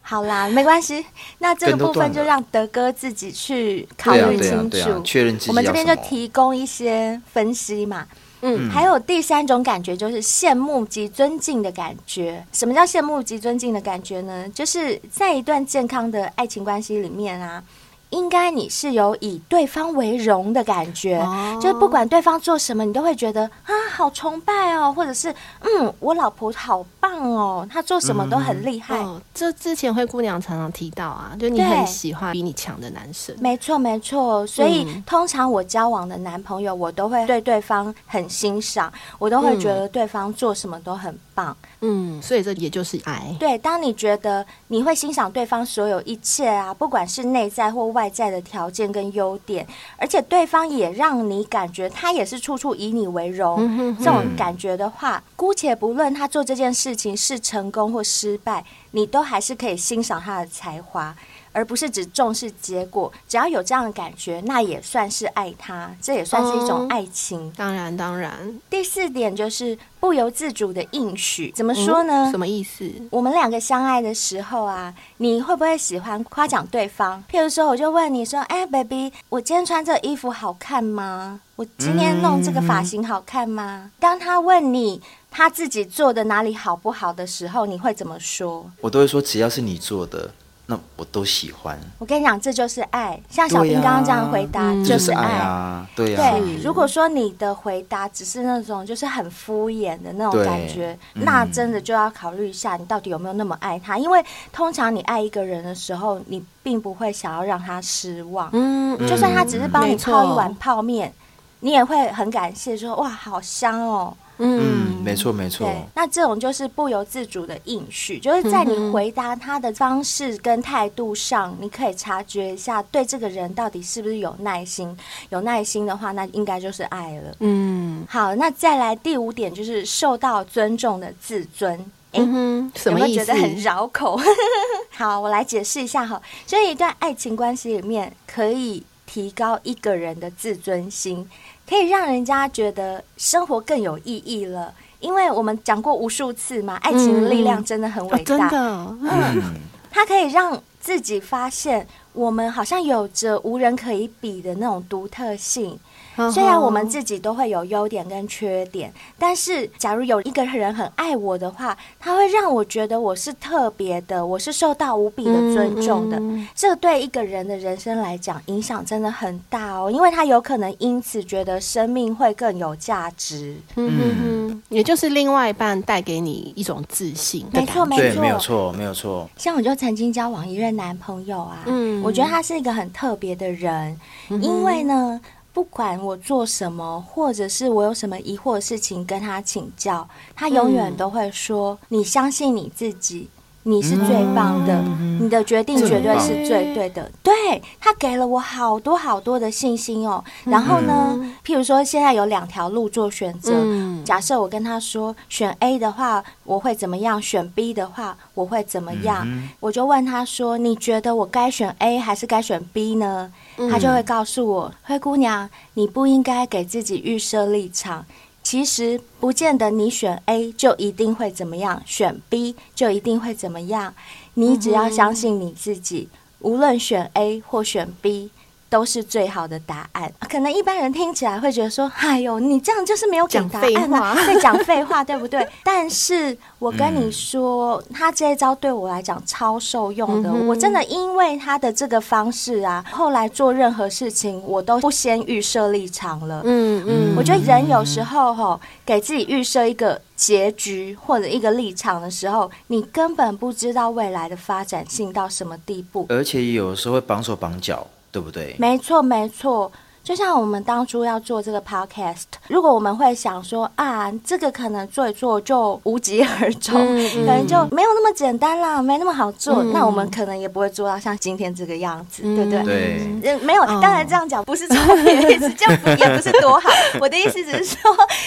Speaker 5: 好啦，没关系，那这个
Speaker 4: 根都
Speaker 5: 部分
Speaker 4: 断了
Speaker 5: 就让德哥自己去考
Speaker 4: 对啊
Speaker 5: 虑
Speaker 4: 对啊
Speaker 5: 清
Speaker 4: 对啊，
Speaker 5: 楚。
Speaker 4: 确认自己
Speaker 5: 我们这
Speaker 4: 要
Speaker 5: 边
Speaker 4: 什
Speaker 5: 就
Speaker 4: 么
Speaker 5: 提供一些分析嘛。
Speaker 3: 嗯
Speaker 5: 还有第三种感觉就是羡慕及尊敬的感觉。什么叫羡慕及尊敬的感觉呢？就是在一段健康的爱情关系里面啊，应该你是有以对方为荣的感觉，
Speaker 3: 哦
Speaker 5: 就是不管对方做什么，你都会觉得啊，好崇拜哦，或者是嗯，我老婆好棒哦，她做什么都
Speaker 4: 嗯
Speaker 5: 很厉害。
Speaker 3: 哦，这之前灰姑娘常常提到啊，就你
Speaker 5: 对
Speaker 3: 很喜欢比你强的男生。
Speaker 5: 没错，没错。所以、
Speaker 3: 嗯
Speaker 5: 通常我交往的男朋友，我都会对对方很欣赏，我都会
Speaker 3: 嗯
Speaker 5: 觉得对方做什么都很棒。
Speaker 3: 嗯，所以这也就是爱。
Speaker 5: 对，当你觉得你会欣赏对方所有一切啊，不管是内在或外在的条件跟优点，而且对方也让你感觉他也是处处以你为荣，
Speaker 3: 嗯哼哼
Speaker 5: 这种感觉的话，姑且不论他做这件事情是成功或失败，你都还是可以欣赏他的才华。而不是只重视结果，只要有这样的感觉，那也算是爱他，这也算是一种
Speaker 3: 哦
Speaker 5: 爱情。
Speaker 3: 当然，当然，
Speaker 5: 第四点就是不由自主的应许，怎么说呢？
Speaker 3: 嗯什么意思？
Speaker 5: 我们两个相爱的时候啊，你会不会喜欢夸奖对方？譬如说，我就问你说：“哎、b a b y 我今天穿这衣服好看吗？我今天弄这个发型好看吗？”当他问你他自己做的哪里好不好的时候，你会怎么说？
Speaker 4: 我都会说，只要是你做的，那我都喜欢，
Speaker 5: 我跟你讲，这就是爱。像小
Speaker 4: 对呀
Speaker 5: 兵刚刚这样回答，
Speaker 3: 嗯
Speaker 4: 这
Speaker 5: 就
Speaker 4: 就是是爱
Speaker 5: 爱。
Speaker 4: 啊，对啊，
Speaker 5: 对，如果说你的回答只是那种就是很敷衍的那种
Speaker 4: 对
Speaker 5: 感觉，
Speaker 4: 嗯
Speaker 5: 那真的就要考虑一下你到底有没有那么爱他，因为通常你爱一个人的时候，你并不会想要让他失望，
Speaker 3: 嗯，
Speaker 5: 就算他只是帮你
Speaker 3: 没错
Speaker 5: 泡一碗泡面，你也会很感谢说哇好香哦。
Speaker 4: 嗯，没错没错，
Speaker 5: 对，那这种就是不由自主的应许，就是在你回答他的方式跟态度上，你可以察觉一下对这个人到底是不是有耐心。有耐心的话，那应该就是爱了。
Speaker 3: 嗯，
Speaker 5: 好，那再来第五点就是受到尊重的自尊。诶
Speaker 3: 嗯哼，什
Speaker 5: 有
Speaker 3: 么
Speaker 5: 没
Speaker 3: 意
Speaker 5: 有
Speaker 3: 思？
Speaker 5: 觉得很绕口？ 好，我来解释一下哈。所以，一段爱情关系里面，可以提高一个人的自尊心，可以让人家觉得生活更有意义了。因为我们讲过无数次嘛，爱情的力量真的很
Speaker 3: 嗯哦
Speaker 5: 伟
Speaker 3: 真
Speaker 5: 大，
Speaker 3: 的，
Speaker 4: 嗯，
Speaker 5: 它可以让自己发现我们好像有着无人可以比的那种独特性。
Speaker 3: 嗯哦
Speaker 5: 虽然我们自己都会有优点跟缺点，但是假如有一个人很爱我的话，他会让我觉得我是特别的，我是受到无比的尊重的。
Speaker 3: 嗯嗯
Speaker 5: 这对一个人的人生来讲，影响真的很大哦，因为他有可能因此觉得生命会更有价值。
Speaker 3: 嗯哼哼，也就是另外一半带给你一种自信的感
Speaker 5: 没
Speaker 3: 觉。
Speaker 5: 错，没
Speaker 4: 对，
Speaker 5: 错，
Speaker 4: 没有错没有错，
Speaker 5: 像我就曾经交往一任男朋友啊，
Speaker 3: 嗯
Speaker 5: 我觉得他是一个很特别的人，因为呢，不管我做什么，或者是我有什么疑惑的事情跟他请教，他永远都会说：“你相信你自己。”你是最棒的，你的决定绝对是最对的。对他给了我好多好多的信心哦。然后呢，譬如说现在有两条路做选择，
Speaker 3: 嗯
Speaker 5: 假设我跟他说选 A 的话，我会怎么样？选 B 的话，我会怎么样？我就问他说：“你觉得我该选 A 还是该选 B 呢？”他就会告诉我：“灰姑娘，你不应该给自己预设立场。其实不见得你选 A 就一定会怎么样，选 B 就一定会怎么样。你只要相信你自己，无论选 A 或选 B。”都是最好的答案。可能一般人听起来会觉得说：“哎呦，你这样就是没有给
Speaker 3: 讲
Speaker 5: 答
Speaker 3: 废
Speaker 5: 案啊，
Speaker 3: 话
Speaker 5: 在讲 废话，对不对？”但是我跟你说，他这一招对我来讲超受用的。
Speaker 3: 嗯哼
Speaker 5: 我真的因为他的这个方式啊，后来做任何事情我都不先预设立场了。
Speaker 3: 嗯嗯，
Speaker 5: 我觉得人有时候吼、给自己预设一个结局或者一个立场的时候，你根本不知道未来的发展性到什么地步。
Speaker 4: 而且有时候会绑手绑脚，对不对？
Speaker 5: 没错，没错。就像我们当初要做这个 podcast，如果我们会想说啊，这个可能做一做就无疾而终，
Speaker 3: 嗯嗯
Speaker 5: 可能就没有那么简单啦，没那么好做，
Speaker 3: 嗯
Speaker 5: 那我们可能也不会做到像今天这个样子，
Speaker 3: 嗯哦
Speaker 5: 对不对？
Speaker 4: 对，
Speaker 5: 呃，没有，当然这样讲不是说别的意思，这样不 也不是多好。我的意思只是说，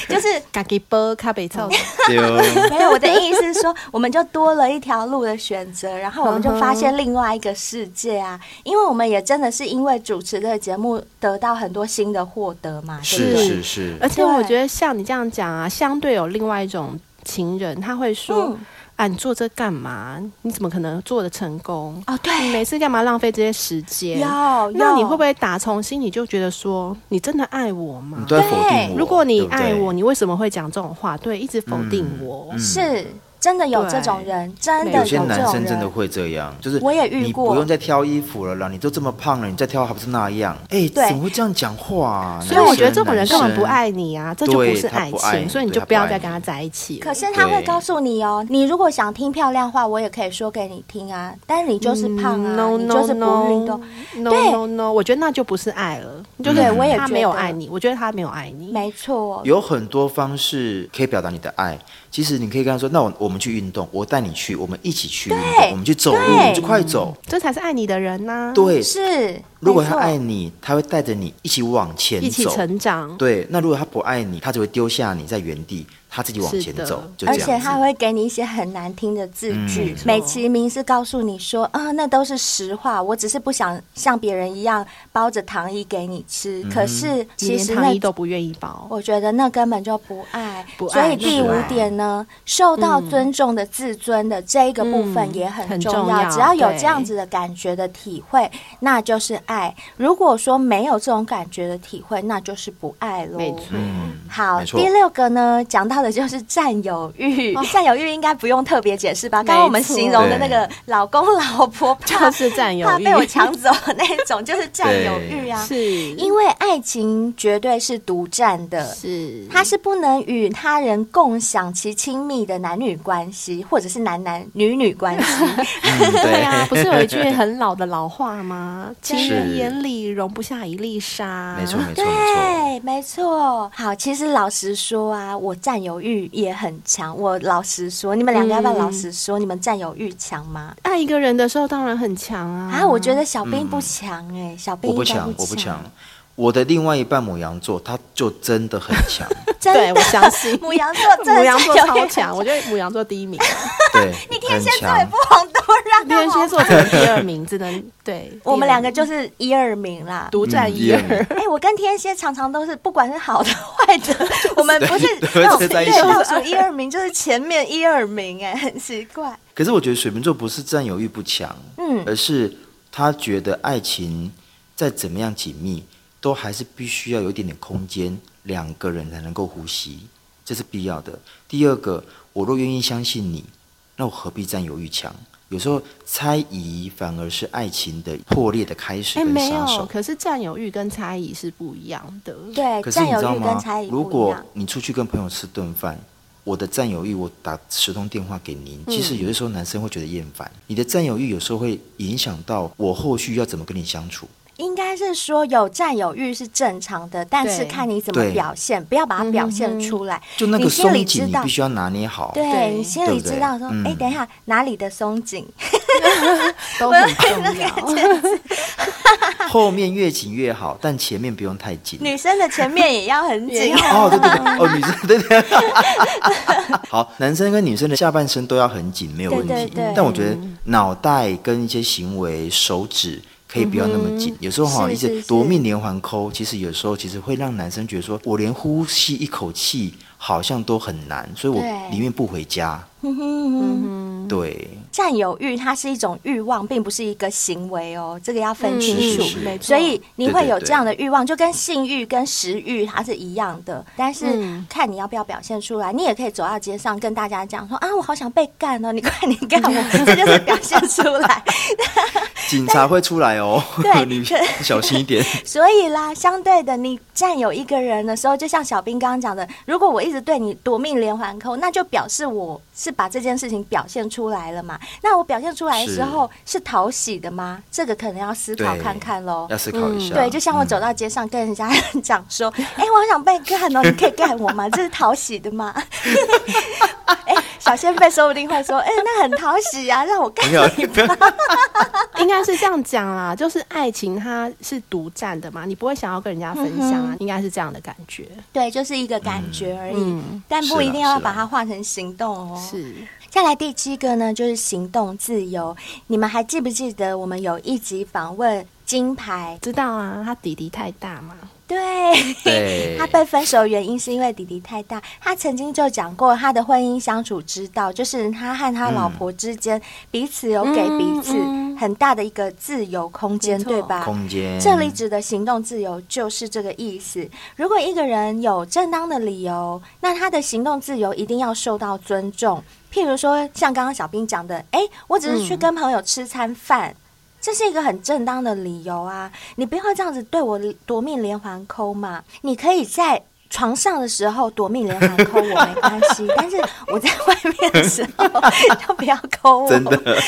Speaker 5: 就是
Speaker 3: 嘎给波卡北
Speaker 5: 嗯
Speaker 3: 操，
Speaker 4: 对哦，
Speaker 5: 没有，我的意思是说，我们就多了一条路的选择，然后我们就发现另外一个世界啊，因为我们也真的是因为主持这个节目得到很多新的获得嘛，对不
Speaker 4: 是
Speaker 5: 对？
Speaker 4: 是是，
Speaker 3: 而且我
Speaker 5: 对
Speaker 3: 觉得像你这样讲啊，相对有另外一种情人，他会说。
Speaker 5: 嗯，
Speaker 3: 啊，你做这干嘛？你怎么可能做的成功？
Speaker 5: 哦，
Speaker 3: 你
Speaker 5: 对，
Speaker 3: 每次干嘛浪费这些时间？
Speaker 5: 要，
Speaker 3: 那你
Speaker 5: 要
Speaker 3: 会不会打从心里就觉得说，你真的爱我吗
Speaker 4: 你？都在否定嗯我。
Speaker 3: 如果你
Speaker 4: 对不对
Speaker 3: 爱我，，你为什么会讲这种话？对，一直否定我。
Speaker 4: 嗯
Speaker 5: 是真的有这种
Speaker 3: 对
Speaker 5: 人，真的
Speaker 3: 有
Speaker 5: 有
Speaker 4: 有些
Speaker 5: 这种
Speaker 4: 男生
Speaker 5: 人，
Speaker 4: 真的会这样，就是
Speaker 5: 我也遇
Speaker 4: 你
Speaker 5: 过
Speaker 4: 不用再挑衣服了啦，你都这么胖了，你再挑还不是那样？哎，
Speaker 5: 对
Speaker 4: 怎么会这样讲话啊？
Speaker 3: 所以我觉得
Speaker 4: 男生
Speaker 3: 这种人根本不。
Speaker 4: 男生
Speaker 3: 爱你啊，这就不
Speaker 4: 对
Speaker 3: 是
Speaker 4: 他
Speaker 3: 爱
Speaker 4: 不爱
Speaker 3: 情，
Speaker 4: 你
Speaker 3: 所以你
Speaker 4: 对
Speaker 3: 就
Speaker 4: 他
Speaker 3: 不要
Speaker 4: 不爱
Speaker 3: 再
Speaker 4: 你
Speaker 3: 跟他在一起了。
Speaker 5: 可是他会
Speaker 4: 对
Speaker 5: 告诉你哦，你如果想听漂亮话，我也可以说给你听啊，但是你就是胖
Speaker 4: 嗯
Speaker 3: 嗯
Speaker 5: 啊，
Speaker 3: no
Speaker 5: 你
Speaker 3: no
Speaker 5: 就是不
Speaker 3: no
Speaker 5: 运动。
Speaker 3: no
Speaker 5: 对
Speaker 3: no no，我觉得那就不是爱了，就是
Speaker 4: 对我
Speaker 5: 也
Speaker 3: 他
Speaker 5: 觉
Speaker 3: 没有
Speaker 5: 得
Speaker 3: 爱你，我觉得他没有爱你。
Speaker 5: 没错，
Speaker 4: 有很多方式可以表达你的爱。其实你可以跟他说：“那我我们去运动，我带你去，我们一起去运动，我们去走路，
Speaker 5: 对
Speaker 4: 我们去快走。
Speaker 3: 这才是爱你的人呐、”，
Speaker 4: 对，
Speaker 5: 嗯是。
Speaker 4: 如果
Speaker 5: 没
Speaker 4: 他
Speaker 5: 错
Speaker 4: 爱你，他会带着你一起往前
Speaker 3: 一起
Speaker 4: 走。
Speaker 3: 成长。
Speaker 4: 对，那如果他不爱你，他只会丢下你在原地，他自己往
Speaker 3: 是
Speaker 4: 前
Speaker 3: 的
Speaker 4: 走，就这
Speaker 5: 而
Speaker 4: 样子。
Speaker 5: 且他会给你一些很难听的字句，
Speaker 4: 嗯
Speaker 5: 美其名是告诉你说啊，那都是实话，我只是不想像别人一样包着糖衣给你吃。
Speaker 4: 嗯
Speaker 5: 可是
Speaker 3: 你
Speaker 5: 其
Speaker 3: 连
Speaker 5: 实
Speaker 3: 糖
Speaker 5: 那哦
Speaker 3: 衣都不愿意包。
Speaker 5: 我觉得那根本就不爱。
Speaker 3: 不
Speaker 5: 所
Speaker 3: 爱
Speaker 5: 以第五
Speaker 4: 是啊
Speaker 5: 点呢，受到尊重的自尊的这一个部分
Speaker 3: 嗯
Speaker 5: 也很
Speaker 3: 很
Speaker 5: 重
Speaker 3: 重
Speaker 5: 要。
Speaker 3: 要
Speaker 5: 只要有
Speaker 3: 对
Speaker 5: 这样子的感觉的体会，那就是爱；如果说没有这种感觉的体会，那就是不爱喽。
Speaker 3: 没错
Speaker 4: 嗯，
Speaker 5: 好，
Speaker 4: 没错
Speaker 5: 第六个呢，讲到的就是占有欲。占有欲应该不用特别解释吧？
Speaker 3: 哦没
Speaker 5: 刚刚我们
Speaker 3: 错
Speaker 5: 形容的那个老公老婆 怕
Speaker 3: 就是占有
Speaker 5: 怕
Speaker 3: 欲
Speaker 5: 被我抢走的那 种，就是占有欲啊。
Speaker 3: 是，
Speaker 5: 因为爱情绝对是独占的，
Speaker 3: 是
Speaker 5: 它是不能与他人共享其亲密的男女关系，或者是男男女女关系。
Speaker 4: 嗯
Speaker 3: 对啊，
Speaker 4: 对，
Speaker 3: 不是有 一句很老的老话吗？
Speaker 5: 啊
Speaker 3: 情人
Speaker 4: 是
Speaker 3: 眼里容不下一粒沙。
Speaker 4: 没错，没错，没错。
Speaker 5: 对，哎没错。好，其实老实说啊，我占有欲也很强。我老实说，你们两个要不要
Speaker 3: 嗯
Speaker 5: 老实说？你们占有欲强吗？
Speaker 3: 爱一个人的时候当然很强啊。
Speaker 5: 啊，我觉得小兵不强哎、小兵
Speaker 4: 嗯我
Speaker 5: 应该
Speaker 4: 不强，我
Speaker 5: 不
Speaker 4: 不强。我的另外一半母羊座，他就真的很 强。
Speaker 5: 真
Speaker 3: 对，
Speaker 5: 的
Speaker 3: 我相信
Speaker 5: 母羊座真的
Speaker 3: 母羊座
Speaker 5: 占有欲
Speaker 3: 超
Speaker 5: 很
Speaker 3: 强，我觉得母羊座第一名，
Speaker 4: 对，
Speaker 5: 你天
Speaker 4: 很
Speaker 5: 蝎座也
Speaker 4: 强
Speaker 5: 不。遑多让，
Speaker 3: 天蝎座只能第二名，只能 对
Speaker 5: 我们两个
Speaker 3: 第二名
Speaker 5: 就是一二名啦。
Speaker 3: 独占一
Speaker 4: 嗯第二
Speaker 3: 二。
Speaker 5: 哎、我跟天蝎常常都是，不管是好的 坏 的，我们不是
Speaker 4: 对
Speaker 5: 那种
Speaker 4: 对在一
Speaker 5: 对
Speaker 4: 起
Speaker 5: 倒数一二名， 就是前面一二名、哎，很奇怪。
Speaker 4: 可是我觉得水瓶座不是占有欲不强，
Speaker 5: 嗯
Speaker 4: 而是他觉得爱情再怎么样紧密，都还是必须要有一点点空间，两个人才能够呼吸，这是必要的。第二个，我若愿意相信你，那我何必占有欲强？有时候猜疑反而是爱情的破裂的开始
Speaker 3: 哎，
Speaker 4: 跟
Speaker 3: 没
Speaker 4: 杀手。
Speaker 3: 有，可是占有欲跟猜疑是不一样 的。
Speaker 5: 对，
Speaker 4: 可是
Speaker 5: 占
Speaker 4: 你知
Speaker 5: 有
Speaker 4: 道
Speaker 5: 欲跟
Speaker 4: 吗
Speaker 5: 猜疑？
Speaker 4: 如
Speaker 5: 不一
Speaker 4: 果
Speaker 5: 样。
Speaker 4: 你出去跟朋友吃顿饭，我的占有欲，我打十通电话给您。
Speaker 5: 嗯
Speaker 4: 其实有的时候男生会觉得厌烦，你的占有欲有时候会影响到我后续要怎么跟你相处。
Speaker 5: 应该是说有占有欲是正常的，但是
Speaker 3: 对嗯
Speaker 5: 看你怎么
Speaker 4: 对
Speaker 5: 表现，不要把它表现出来。
Speaker 4: 就那
Speaker 5: 你
Speaker 4: 个
Speaker 5: 心
Speaker 4: 松
Speaker 5: 里
Speaker 4: 紧，
Speaker 5: 知
Speaker 4: 你
Speaker 5: 道
Speaker 4: 必须要拿捏好。
Speaker 5: 对
Speaker 3: 对
Speaker 5: 你心里
Speaker 4: 对不对
Speaker 5: 知道说，哎、
Speaker 4: 嗯
Speaker 5: 等一下哪里的松紧？
Speaker 3: 都很重要。
Speaker 4: 后面越紧越好，但前面不用太 紧。
Speaker 5: 女生的前面也要很
Speaker 3: 也
Speaker 5: 紧
Speaker 3: 要。
Speaker 4: 哦，对对对，哦，女生 对对。好，男生跟女生的下半身都要很紧，没有问题。
Speaker 5: 对对对
Speaker 4: 但我觉得脑袋跟一些行为、手指可以不要那么紧。有时候哈，
Speaker 5: 嗯是
Speaker 4: 一
Speaker 5: 是
Speaker 4: 直
Speaker 5: 是
Speaker 4: 夺命连环抠，其实有时候其实会让男生觉得说，我连呼吸一口气好像都很难，所以我
Speaker 5: 对
Speaker 4: 宁愿不回家。
Speaker 5: 嗯哼嗯哼
Speaker 4: 对，
Speaker 5: 占有欲它是一种欲望，并不是一个行为哦，这个要分清
Speaker 4: 是
Speaker 5: 楚。
Speaker 4: 是
Speaker 3: 没错，
Speaker 5: 所以你会有
Speaker 4: 对对
Speaker 5: 这样的欲望，就跟性欲跟食欲它是一样的，但是
Speaker 3: 嗯
Speaker 5: 看你要不要表现出来。你也可以走到街上跟大家讲说啊，我好想被干哦，你快点干我，这就是表现出来。
Speaker 4: 警察会出来哦，
Speaker 5: 对
Speaker 4: 你你小心一点。
Speaker 5: 所以啦，相对的，你占有一个人的时候，就像小兵刚刚讲的，如果我一直对你夺命连环扣，那就表示我是把这件事情表现出来了嘛。那我表现出来的时候是讨喜的吗？这个可能要思考
Speaker 4: 对
Speaker 5: 看看喽。
Speaker 4: 要思考一下。
Speaker 5: 对，就像我走到街上跟人家 讲说：“哎、我好想被干哦，你可以干我吗？这是讨喜的吗？” 哎、小先辈说不定会说：“哎、那很讨喜啊，让我干
Speaker 4: 没有， 不要
Speaker 3: 应该是这样讲啦，就是爱情它是独占的嘛，你不会想要跟人家分享啊，应该是这样的感觉。
Speaker 5: 对，就是一个感觉而已，
Speaker 3: 嗯
Speaker 5: 但不
Speaker 4: 是
Speaker 5: 一
Speaker 4: 啦
Speaker 5: 定要
Speaker 4: 是
Speaker 5: 把
Speaker 4: 啦
Speaker 5: 它换成行动哦。
Speaker 3: 是，
Speaker 5: 再来第七个呢，就是行动自由。你们还记不记得我们有一集访问金牌？
Speaker 3: 知道啊，他弟弟太大嘛，
Speaker 5: 对，
Speaker 4: 对，
Speaker 5: 他被分手的原因是因为弟弟太大。他曾经就讲过他的婚姻相处之道，就是他和他老婆之间、彼此有给彼此
Speaker 3: 嗯嗯
Speaker 5: 很大的一个自由空间，
Speaker 3: 没错
Speaker 5: 对吧？
Speaker 4: 空间。
Speaker 5: 这里指的行动自由就是这个意思。如果一个人有正当的理由，那他的行动自由一定要受到尊重。譬如说，像刚刚小兵讲的，诶，我只是去跟朋友吃餐饭。这是一个很正当的理由啊！你不要这样子对我夺命连环扣嘛！你可以在床上的时候夺命连环扣我没关系，但是我在外面的时候就不要扣我。
Speaker 4: 真的，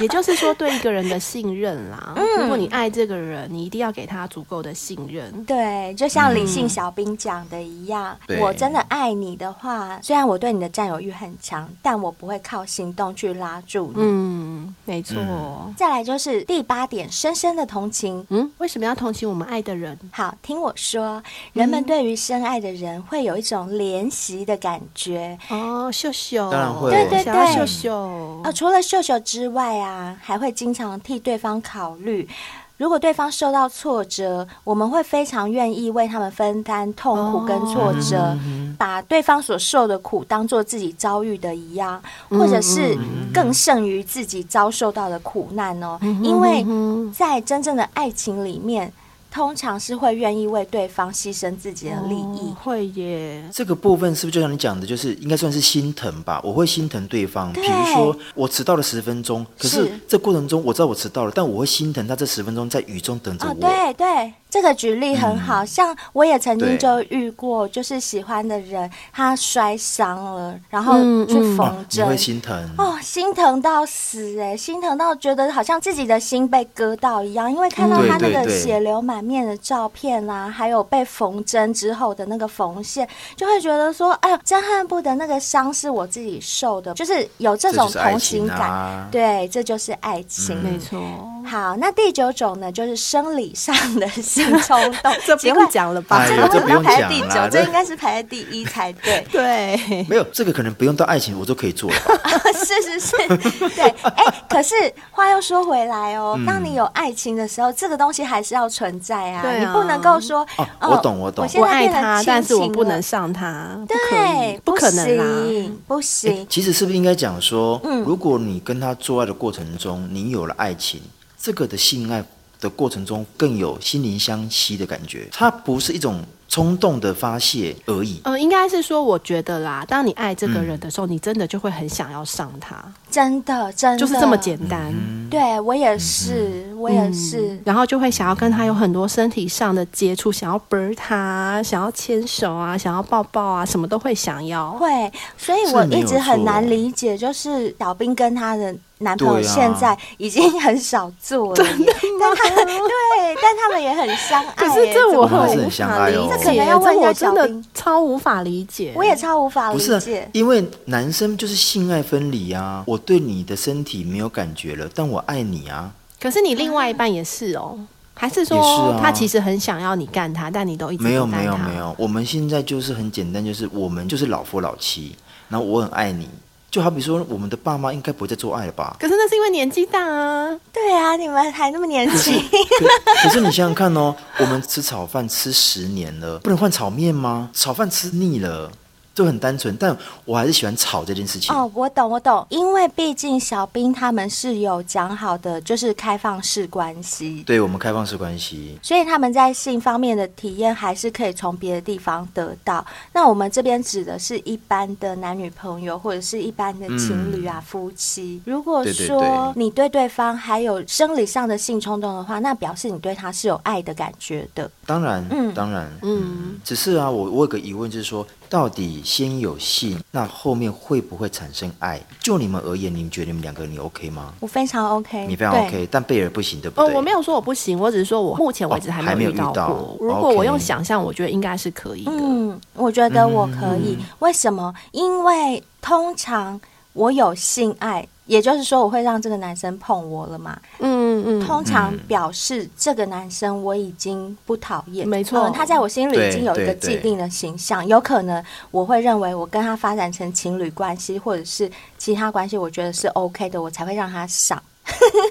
Speaker 3: 也就是说对一个人的信任 啦。如果你爱这个人，你一定要给他足够的信任。
Speaker 5: 对，就像理性小兵讲的一样，
Speaker 4: 对
Speaker 5: 我真的爱你的话，虽然我对你的占有欲很强，但我不会靠行动去拉住你。
Speaker 3: 嗯，没错。
Speaker 4: 嗯
Speaker 5: 再来就是第八点，深深的同情。
Speaker 3: 嗯，为什么要同情我们爱的人？
Speaker 5: 好，听我说，人们对于深爱的人会有一种怜惜的感觉。
Speaker 3: 哦，秀秀，
Speaker 4: 当然会
Speaker 5: 对对
Speaker 3: 想要
Speaker 5: 对
Speaker 3: 秀秀
Speaker 5: 啊，，除了秀秀之外啊，还会经常替对方考虑。如果对方受到挫折，我们会非常愿意为他们分担痛苦跟挫折，把对方所受的苦当做自己遭遇的一样，或者是更胜于自己遭受到的苦难哦。因为在真正的爱情里面，通常是会愿意为对方牺牲自己的利益。
Speaker 3: 哦会耶，
Speaker 4: 这个部分是不是就像你讲的，就是应该算是心疼吧？我会心疼对方，比
Speaker 5: 对
Speaker 4: 如说我迟到了十分钟，可是
Speaker 5: 是
Speaker 4: 这过程中我知道我迟到了，但我会心疼他这十分钟在雨中等着
Speaker 5: 哦，
Speaker 4: 我。
Speaker 5: 对对，这个举例很好，
Speaker 4: 嗯
Speaker 5: 像我也曾经
Speaker 4: 对
Speaker 5: 就遇过，就是喜欢的人他摔伤了，然后
Speaker 3: 嗯
Speaker 5: 去
Speaker 3: 嗯
Speaker 5: 缝
Speaker 4: 啊你
Speaker 5: 针。
Speaker 4: 会心疼，
Speaker 5: 哦，心疼到死哎、心疼到觉得好像自己的心被割到一样，因为看到
Speaker 4: 嗯
Speaker 5: 他那
Speaker 4: 对对
Speaker 5: 个
Speaker 4: 对
Speaker 5: 血流满面的照片啦、还有被缝针之后的那个缝线，就会觉得说，哎呦，真恨不得那个伤是我自己受的，就是有这
Speaker 4: 这
Speaker 5: 种
Speaker 4: 就是爱
Speaker 5: 同
Speaker 4: 情
Speaker 5: 情感。
Speaker 4: 啊。
Speaker 5: 对，这就是爱情。
Speaker 4: 嗯
Speaker 3: 没错，，
Speaker 5: 好，那第九种呢，就是生理上的性冲动
Speaker 3: 这不
Speaker 5: 奇怪啊
Speaker 3: 用，讲了吧。
Speaker 4: 哎？
Speaker 5: 这
Speaker 4: 呦
Speaker 5: 个为
Speaker 4: 这
Speaker 5: 什
Speaker 4: 不
Speaker 5: 么要
Speaker 4: 用
Speaker 5: 排在
Speaker 4: 讲
Speaker 5: 第
Speaker 4: 啦
Speaker 5: 九？这
Speaker 4: 这
Speaker 5: 应该是排在第一才对
Speaker 3: 对，
Speaker 4: 没有，这个可能不用到爱情，我都可以做了吧。
Speaker 5: 哦是是是，对。哎、可是话又说回来哦，
Speaker 3: 嗯
Speaker 5: 当你有爱情的时候，这个东西还是要存在啊，
Speaker 3: 对啊
Speaker 5: 你不能够说
Speaker 4: 哦我懂我懂
Speaker 5: 我现
Speaker 3: 我
Speaker 5: 在
Speaker 3: 爱
Speaker 5: 变成
Speaker 3: 他，
Speaker 5: 亲
Speaker 3: 但是我
Speaker 5: 情
Speaker 3: 不能
Speaker 5: 了
Speaker 3: 上他，不可以
Speaker 5: 对，，
Speaker 3: 不可能啦。
Speaker 5: 行，不行
Speaker 4: 诶。哎其实是不是应该讲说，
Speaker 5: 嗯
Speaker 4: 如果你跟他做爱的过程中，你有了爱情，这个的性爱的过程中更有心灵相吸的感觉，它不是一种冲动的发泄而已。
Speaker 3: 嗯，应该是说，我觉得啦，当你爱这个
Speaker 4: 嗯
Speaker 3: 人的时候，你真的就会很想要上他，
Speaker 5: 真的，真的
Speaker 3: 就是这么简单。
Speaker 4: 嗯
Speaker 5: 对我也是，我也是
Speaker 3: 嗯。然后就会想要跟他有很多身体上的接触，想要啵他，想要牵手啊，想要抱抱啊，什么都会想要。
Speaker 5: 会，所以
Speaker 4: 是
Speaker 5: 我
Speaker 4: 没
Speaker 5: 一
Speaker 4: 有
Speaker 5: 直很
Speaker 4: 错
Speaker 5: 难理解，就是小兵跟她的男朋友
Speaker 4: 对啊
Speaker 5: 现在已经很少做了耶，但他对，但他们也很相爱
Speaker 3: 可
Speaker 5: 耶。
Speaker 3: 是这我
Speaker 5: 怎么
Speaker 4: 们
Speaker 3: 很
Speaker 4: 还是
Speaker 5: 会
Speaker 4: 很
Speaker 3: 无
Speaker 4: 相
Speaker 3: 法
Speaker 4: 爱
Speaker 3: 理
Speaker 4: 哦
Speaker 3: 解，
Speaker 5: 这可能要问一下
Speaker 3: 我
Speaker 5: 小
Speaker 3: 真
Speaker 5: 兵
Speaker 3: 的超无法理解。
Speaker 5: 我也超无法
Speaker 4: 不
Speaker 5: 哦理
Speaker 4: 是啊
Speaker 5: 解，。
Speaker 4: 因为男生就是性爱分离啊。我对你的身体没有感觉了，但我爱你啊。
Speaker 3: 可是你另外一半也是哦，
Speaker 5: 嗯
Speaker 3: 还是说
Speaker 4: 也是啊
Speaker 3: 他其实很想要你干他，但你都一直
Speaker 4: 没有
Speaker 3: 不干
Speaker 4: 没有
Speaker 3: 他
Speaker 4: 没有，我们现在就是很简单，就是我们就是老夫老妻，然后我很爱你。就好比说，我们的爸妈应该不会再做爱了吧？
Speaker 3: 可是那是因为年纪大啊，
Speaker 5: 对啊，你们还那么年轻，
Speaker 4: 可可是你想想看哦，我们吃炒饭吃十年了，不能换炒面吗？炒饭吃腻了，就很单纯，但我还是喜欢吵这件事情。
Speaker 5: 哦，我懂，我懂，因为毕竟小兵他们是有讲好的，就是开放式关系，
Speaker 4: 对我们开放式关系，
Speaker 5: 所以他们在性方面的体验还是可以从别的地方得到。那我们这边指的是一般的男女朋友或者是一般的情侣啊、夫妻。如果
Speaker 4: 嗯对对
Speaker 5: 说
Speaker 4: 对
Speaker 5: 你对对方还有生理上的性冲动的话，那表示你对他是有爱的感觉的。
Speaker 4: 当然，
Speaker 5: 嗯
Speaker 4: 当然，
Speaker 3: 嗯，
Speaker 4: 只是啊，我我有个疑问，就是说，到底先有性，那后面会不会产生爱？就你们而言，你们觉得你们两个你 OK 吗？
Speaker 5: 我非常 OK，
Speaker 4: 你非常
Speaker 5: 对
Speaker 4: OK，但贝尔不行，对不
Speaker 3: 哦，
Speaker 4: 对？
Speaker 3: 我没有说我不行，我只是说我目前为止
Speaker 4: 哦
Speaker 3: 还
Speaker 4: 还没
Speaker 3: 没有
Speaker 4: 有
Speaker 3: 遇到
Speaker 4: 遇到
Speaker 3: 过。如果我用
Speaker 4: OK
Speaker 3: 想象，我觉得应该是可以的。
Speaker 5: 嗯，我觉得我可以。为什么？因为通常我有性爱，也就是说我会让这个男生碰我了嘛。
Speaker 3: 嗯嗯
Speaker 5: 通常表示这个男生我已经不讨厌，
Speaker 3: 没错
Speaker 5: 呃他在我心里已经有一
Speaker 4: 对
Speaker 5: 个
Speaker 4: 对
Speaker 5: 既定的形象。有可能我会认为我跟他发展成情侣关系，或者是其他关系，我觉得是 OK 的，我才会让他上。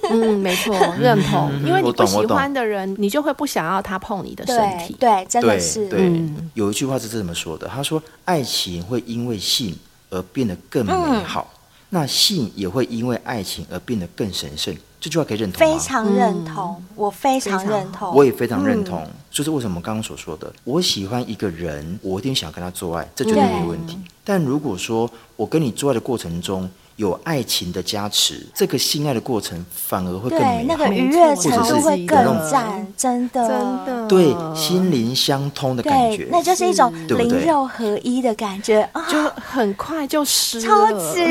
Speaker 3: 嗯，没 错，认同。因为你
Speaker 4: 嗯我
Speaker 3: 不
Speaker 4: 懂
Speaker 3: 喜
Speaker 4: 我懂
Speaker 3: 欢的人，你就会不想要他碰你的身
Speaker 5: 对
Speaker 3: 体。
Speaker 5: 对，真的
Speaker 4: 对
Speaker 5: 是。
Speaker 4: 对、
Speaker 3: 嗯
Speaker 4: 有一句话是这么说的，他说：“爱情会因为性而变得更美好，
Speaker 5: 嗯
Speaker 4: 那性也会因为爱情而变得更神圣。”这句话可以认同吗？
Speaker 5: 非常认同，
Speaker 3: 嗯
Speaker 5: 我非常
Speaker 3: 非常
Speaker 5: 认同。
Speaker 4: 我也非常认同，
Speaker 5: 嗯
Speaker 4: 就是为什么刚刚所说的，我喜欢一个人，我一定想跟他做爱，这绝对
Speaker 5: 对
Speaker 4: 没有问题。但如果说我跟你做爱的过程中有爱情的加持，这个性爱的过程反而会更
Speaker 5: 对
Speaker 4: 美
Speaker 5: 那
Speaker 4: 好
Speaker 5: 个。愉
Speaker 3: 没
Speaker 5: 悦
Speaker 3: 错
Speaker 5: 程度
Speaker 4: 或者
Speaker 5: 会
Speaker 4: 是
Speaker 5: 更
Speaker 4: 有
Speaker 5: 赞，真的，
Speaker 3: 真的，
Speaker 4: 对，心灵相通的感觉
Speaker 5: 嗯对，，那就是一种
Speaker 4: 对不对
Speaker 5: 灵肉合一的感觉啊，
Speaker 3: 就很快就湿了。
Speaker 5: 超级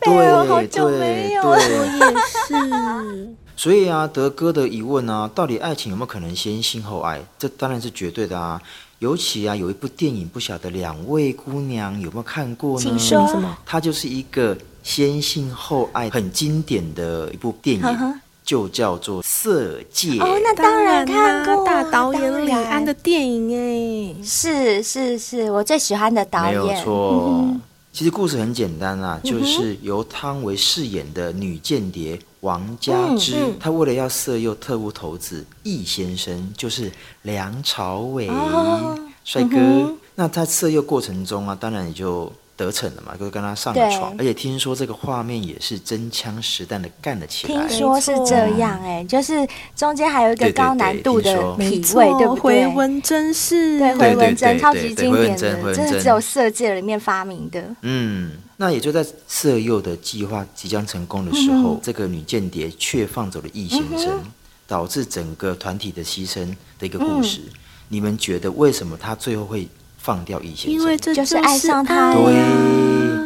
Speaker 5: 贝尔，好
Speaker 4: 对
Speaker 5: 久没有
Speaker 4: 对
Speaker 5: 了。
Speaker 4: 对
Speaker 3: 也是，
Speaker 4: 所以啊，德哥的疑问啊，到底爱情有没有可能先性后爱？这当然是绝对的啊。尤其啊，有一部电影，不晓得两位姑娘有没有看过呢？
Speaker 5: 请说什
Speaker 3: 么？
Speaker 4: 它就是一个先性后爱很经典的一部电影，
Speaker 5: 呵呵
Speaker 4: 就叫做《色戒》。
Speaker 5: 哦，那当然看过啊
Speaker 3: 大导演李
Speaker 5: 当
Speaker 3: 安
Speaker 5: 然
Speaker 3: 的电影哎，
Speaker 5: 是是是，我最喜欢的导
Speaker 4: 没有
Speaker 5: 演，嗯
Speaker 4: 错。其实故事很简单啊，就是由汤唯饰演的女间谍王佳
Speaker 5: 嗯
Speaker 4: 芝，她为了要色诱特务头子易先生，就是梁朝伟、
Speaker 5: 啊
Speaker 4: 帅哥。
Speaker 5: 嗯
Speaker 4: 那在色诱过程中啊，当然也就得逞了嘛，就跟他上了
Speaker 5: 对
Speaker 4: 床，而且听说这个画面也是真枪实弹的干了起来。
Speaker 5: 听说是这样哎，就是中间还有一个
Speaker 4: 对对
Speaker 5: 高难度的
Speaker 4: 对听说
Speaker 5: 体位，对不
Speaker 3: 回
Speaker 5: 对？
Speaker 3: 温真是
Speaker 5: 对回
Speaker 4: 对
Speaker 5: 文针
Speaker 4: 对
Speaker 5: 超
Speaker 4: 对
Speaker 5: 级
Speaker 4: 对
Speaker 5: 经
Speaker 4: 回文
Speaker 5: 典
Speaker 4: 针回
Speaker 5: 的，
Speaker 4: 文
Speaker 5: 真的
Speaker 4: 针
Speaker 5: 只有色戒里面发明的。
Speaker 4: 嗯，那也就在色诱的计划即将成功的时候，
Speaker 3: 嗯
Speaker 4: 这个女间谍却放走了易先生，导致整个团体的牺牲的一个故事。
Speaker 3: 嗯
Speaker 4: 你们觉得为什么他最后会放掉易先生？
Speaker 3: 因为这
Speaker 5: 就是
Speaker 3: 是啊
Speaker 5: 爱上他
Speaker 4: 对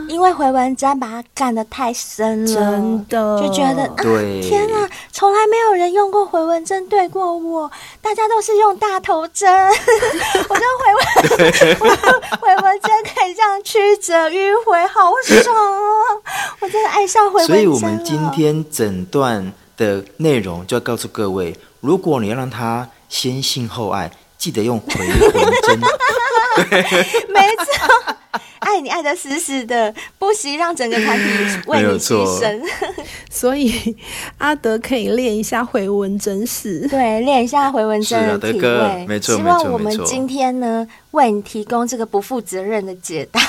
Speaker 5: 因为回文针把它干得太深了，
Speaker 3: 真的
Speaker 5: 就觉得啊，
Speaker 4: 对
Speaker 5: 天啊，从来没有人用过回纹针对过我，大家都是用大头针， 我用回纹，我用回纹针可以这样曲折迂回，好爽哦！我真的爱上回纹针
Speaker 4: 所
Speaker 5: 了。
Speaker 4: 以我
Speaker 3: 啊
Speaker 4: 们今天诊断的内容就要告诉各位，如果你要让他先性后爱，记得用回魂 针。
Speaker 5: 没错， 爱你爱得死死的，不惜让整个团体为
Speaker 4: 没
Speaker 5: 你
Speaker 4: 有
Speaker 5: 牺
Speaker 4: 错
Speaker 5: 牲。
Speaker 3: 所以阿德可以练一下回温真是。
Speaker 5: 对，练一下回文针的
Speaker 4: 是啊德
Speaker 5: 体
Speaker 4: 哥
Speaker 5: 位。
Speaker 4: 没错
Speaker 5: 希
Speaker 4: 没
Speaker 5: 望
Speaker 4: 错
Speaker 5: 我
Speaker 4: 没
Speaker 5: 们
Speaker 4: 错
Speaker 5: 今天呢，为你提供这个不负责任的解答，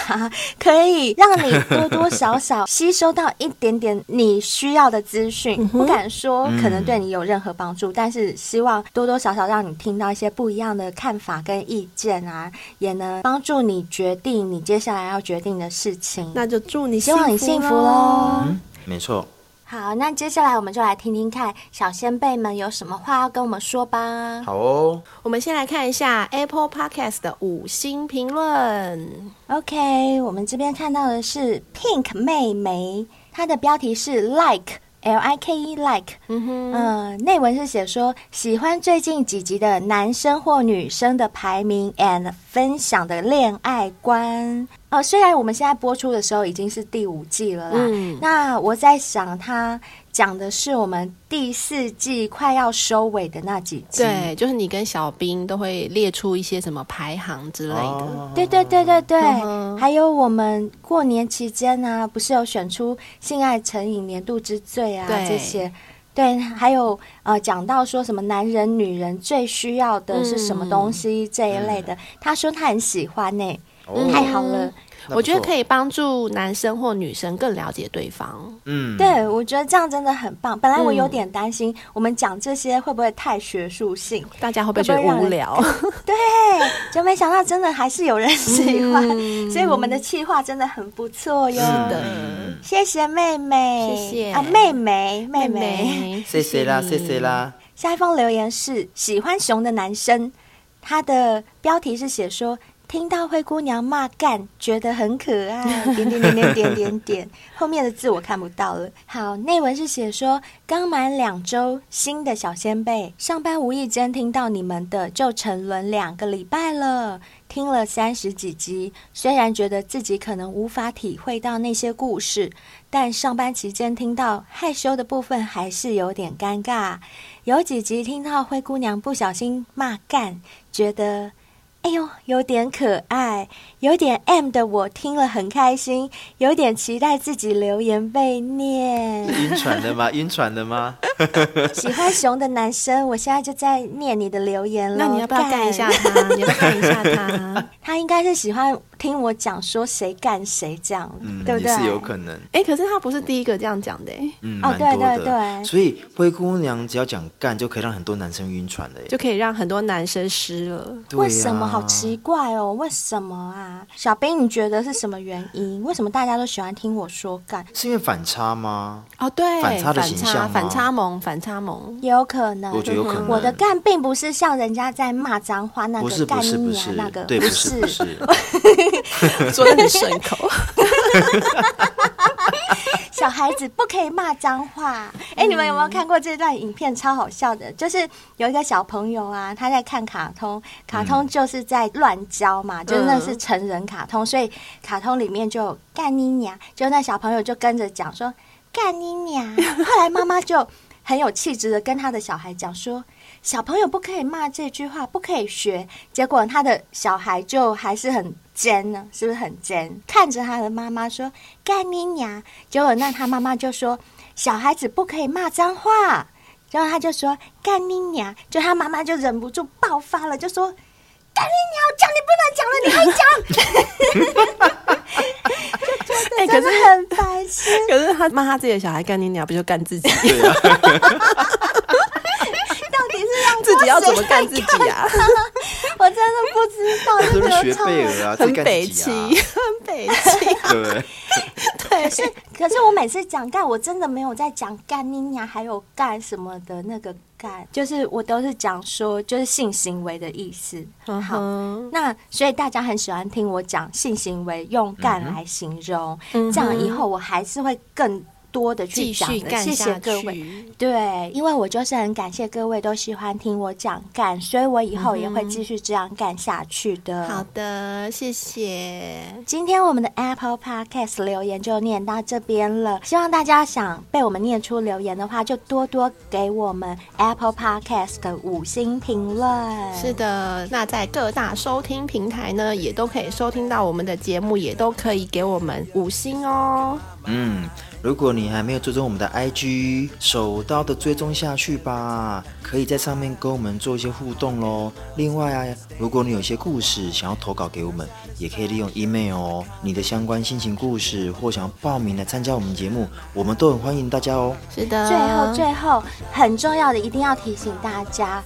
Speaker 5: 可以让你多多少少吸收到一点点你需要的资讯。不敢
Speaker 4: 嗯
Speaker 5: 说可能对你有任何帮助，但是希望多多少少让你听到一些不一样的看法跟意见啊，也能帮助你决定你接下来要决定的事情。
Speaker 3: 那就祝你
Speaker 5: 希望你幸福喽。
Speaker 4: 嗯没错，
Speaker 5: 好，那接下来我们就来听听看小先辈们有什么话要跟我们说吧。
Speaker 4: 好哦，
Speaker 3: 我们先来看一下 Apple Podcast 的五星评论。
Speaker 5: OK，我们这边看到的是 Pink 妹妹，她的标题是 Like。L I K E like，
Speaker 3: 嗯哼，
Speaker 5: 嗯，内文是写说喜欢最近几集的男生或女生的排名 and 分享的恋爱观。哦，虽然我们现在播出的时候已经是第五季了啦，
Speaker 3: 嗯
Speaker 5: 那我在想，他讲的是我们第四季快要收尾的那几集。
Speaker 3: 对，就是你跟小兵都会列出一些什么排行之类
Speaker 4: 哦
Speaker 3: 的。
Speaker 5: 对对对对对，
Speaker 3: 嗯哼
Speaker 5: 还有我们过年期间呢、不是有选出性爱成瘾年度之最啊
Speaker 3: 对
Speaker 5: 这些。对，还有呃，讲到说什么男人、女人最需
Speaker 3: 嗯
Speaker 5: 要的是什么东西这一类的，他说他很喜欢呢、
Speaker 4: 哦
Speaker 5: 太好了，
Speaker 4: 那不
Speaker 3: 我觉得
Speaker 4: 错
Speaker 3: 可以帮助男生或女生更了解对方。
Speaker 4: 嗯，
Speaker 5: 对，我觉得这样真的很棒。本来我有
Speaker 3: 嗯
Speaker 5: 点担心，我们讲这些会不会太学术性？
Speaker 3: 大家会不会觉得
Speaker 5: 会不会让
Speaker 3: 无
Speaker 5: 人
Speaker 3: 聊？
Speaker 5: 对，就没想到真的还是有人喜欢，
Speaker 3: 嗯
Speaker 5: 所以我们的气话真的很不错哟。
Speaker 4: 嗯，
Speaker 5: 谢谢妹妹，
Speaker 3: 谢谢
Speaker 5: 啊，妹妹，妹妹。
Speaker 4: 谢谢啦，谢谢。啦，
Speaker 5: 下一封留言是喜欢熊的男生，他的标题是写说。听到灰姑娘骂干，觉得很可爱，点点点点点点点，后面的字我看不到了。好，内文是写说刚满两周，新的小先辈，上班无意间听到你们的，就沉沦两个礼拜了。听了三十几集，虽然觉得自己可能无法体会到那些故事，但上班期间听到害羞的部分还是有点尴尬。有几集听到灰姑娘不小心骂干，觉得哎呦有点可爱，有点 M 的我听了很开心，有点期待自己留言被念。
Speaker 4: 晕船的 吗？晕船的吗？
Speaker 5: 喜欢熊的男生，我现在就在念你的留言了。
Speaker 3: 那你要不要干一下？他？你要不要干一下 他？
Speaker 5: 他应该是喜欢听我讲说谁干谁这样，
Speaker 4: 嗯，
Speaker 5: 对不对？
Speaker 4: 也是有可能，
Speaker 3: 哎、可是他不是第一个这样讲的、诶
Speaker 4: 嗯，
Speaker 5: 哦
Speaker 4: 蛮多的。
Speaker 5: 对对对
Speaker 4: 所以灰姑娘只要讲干，就可以让很多男生晕船的耶。
Speaker 3: 就可以让很多男生湿了。
Speaker 4: 对啊
Speaker 5: 为什么
Speaker 4: 呀
Speaker 5: 好奇怪哦？为什么啊？小兵，你觉得是什么原因？为什么大家都喜欢听我说干？
Speaker 4: 啊是因为反差吗？
Speaker 3: 哦，对，
Speaker 4: 反差的
Speaker 3: 反
Speaker 4: 形
Speaker 3: 差
Speaker 4: 象吗
Speaker 3: 反差萌，反差萌。
Speaker 5: 也有可能，
Speaker 4: 我觉得有可能。
Speaker 5: 我的干并不是像人家在骂脏话那
Speaker 4: 不
Speaker 5: 个
Speaker 4: 是
Speaker 5: 干
Speaker 4: 不是
Speaker 5: 你
Speaker 4: 不
Speaker 5: 娘
Speaker 4: 是
Speaker 5: 那个，，
Speaker 4: 对，
Speaker 5: 不
Speaker 4: 不是不 是，
Speaker 3: 说的很顺口。
Speaker 5: 小孩子不可以骂脏话。哎、你们有没有看过这段影片？超好笑的，就是有一个小朋友啊，他在看卡通，卡通就是在乱教嘛，就是那是成人卡通，所以卡通里面就有干你娘，就那小朋友就跟着讲说干你娘。后来妈妈就很有气质的跟他的小孩讲说。小朋友不可以骂这句话，不可以学。结果他的小孩就还是很尖呢，是不是很尖？看着他的妈妈说：“干你娘！”结果那他妈妈就说：“小孩子不可以骂脏话。”结果他就说：“干你娘！”就他妈妈就忍不住爆发了，就说：“ 干你娘！我叫你不能讲了，你还讲
Speaker 3: 哎、可
Speaker 5: 真
Speaker 3: 是
Speaker 5: 的很白痴。
Speaker 3: 可是他骂他自己的小孩干你鸟，不就干自己？
Speaker 4: 啊
Speaker 5: 到底是让
Speaker 3: 自己要怎么干自己啊？
Speaker 5: 我真的不知道，
Speaker 4: 这
Speaker 5: 就
Speaker 4: 都是
Speaker 5: 觉
Speaker 4: 学
Speaker 5: 得超
Speaker 4: 贝尔啊，自己
Speaker 3: 很
Speaker 4: 干
Speaker 3: 北
Speaker 4: 自
Speaker 3: 气，
Speaker 4: 己啊
Speaker 3: 很北气。
Speaker 4: 对不对？
Speaker 5: 可是，可是我每次讲干，我真的没有在讲干你娘，还有干什么的那个干，就是我都是讲说就是性行为的意思。好，
Speaker 3: 嗯
Speaker 5: 那所以大家很喜欢听我讲性行为，用干来形容，
Speaker 3: 嗯哼
Speaker 5: 这样以后我还是会更多的去
Speaker 3: 继
Speaker 5: 讲
Speaker 3: 续
Speaker 5: 的。
Speaker 3: 干
Speaker 5: 谢
Speaker 3: 下
Speaker 5: 谢各位。
Speaker 3: 去。
Speaker 5: 对，因为我就是很感谢各位都喜欢听我讲干，所以我以后也会继续这样干下去的。
Speaker 3: 嗯好的，谢谢。
Speaker 5: 今天我们的 Apple Podcast 留言就念到这边了，希望大家想被我们念出留言的话，就多多给我们 Apple Podcast 的五星评论。
Speaker 3: 是的，那在各大收听平台呢，也都可以收听到我们的节目，也都可以给我们五星哦。
Speaker 4: 嗯，如果你还没有追踪我们的 IG，手刀的追踪下去吧，可以在上面跟我们做一些互动喽。另外啊，如果你有一些故事想要投稿给我们，也可以利用 email 哦，你的相关心情故事或想要报名来参加我们节目，我们都很欢迎大家哦。
Speaker 3: 是的，
Speaker 5: 最后，最后很重要的，一定要提醒大家。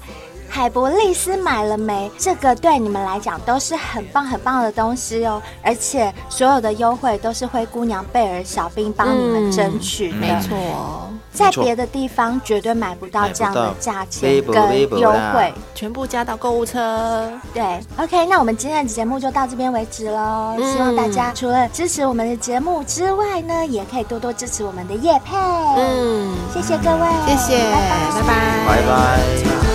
Speaker 5: 海博丽斯买了没？这个对你们来讲都是很棒很棒的东西哦，而且所有的优惠都是灰姑娘贝尔小兵帮你们争取的。
Speaker 3: 没错，
Speaker 5: 在
Speaker 4: 没错
Speaker 5: 别的地方绝对买不到
Speaker 4: 买不
Speaker 5: 这样的
Speaker 4: 到
Speaker 5: 价钱
Speaker 4: 微博
Speaker 5: 跟
Speaker 4: 微博
Speaker 5: 优
Speaker 4: 啦
Speaker 5: 惠。
Speaker 3: 全部加到购物车。
Speaker 5: 对，OK，那我们今天的节目就到这边为止喽。
Speaker 3: 嗯
Speaker 5: 希望大家除了支持我们的节目之外呢，也可以多多支持我们的叶配。
Speaker 3: 嗯，
Speaker 5: 谢谢各位，
Speaker 3: 谢谢，
Speaker 5: 拜拜
Speaker 3: 拜拜
Speaker 4: 拜拜。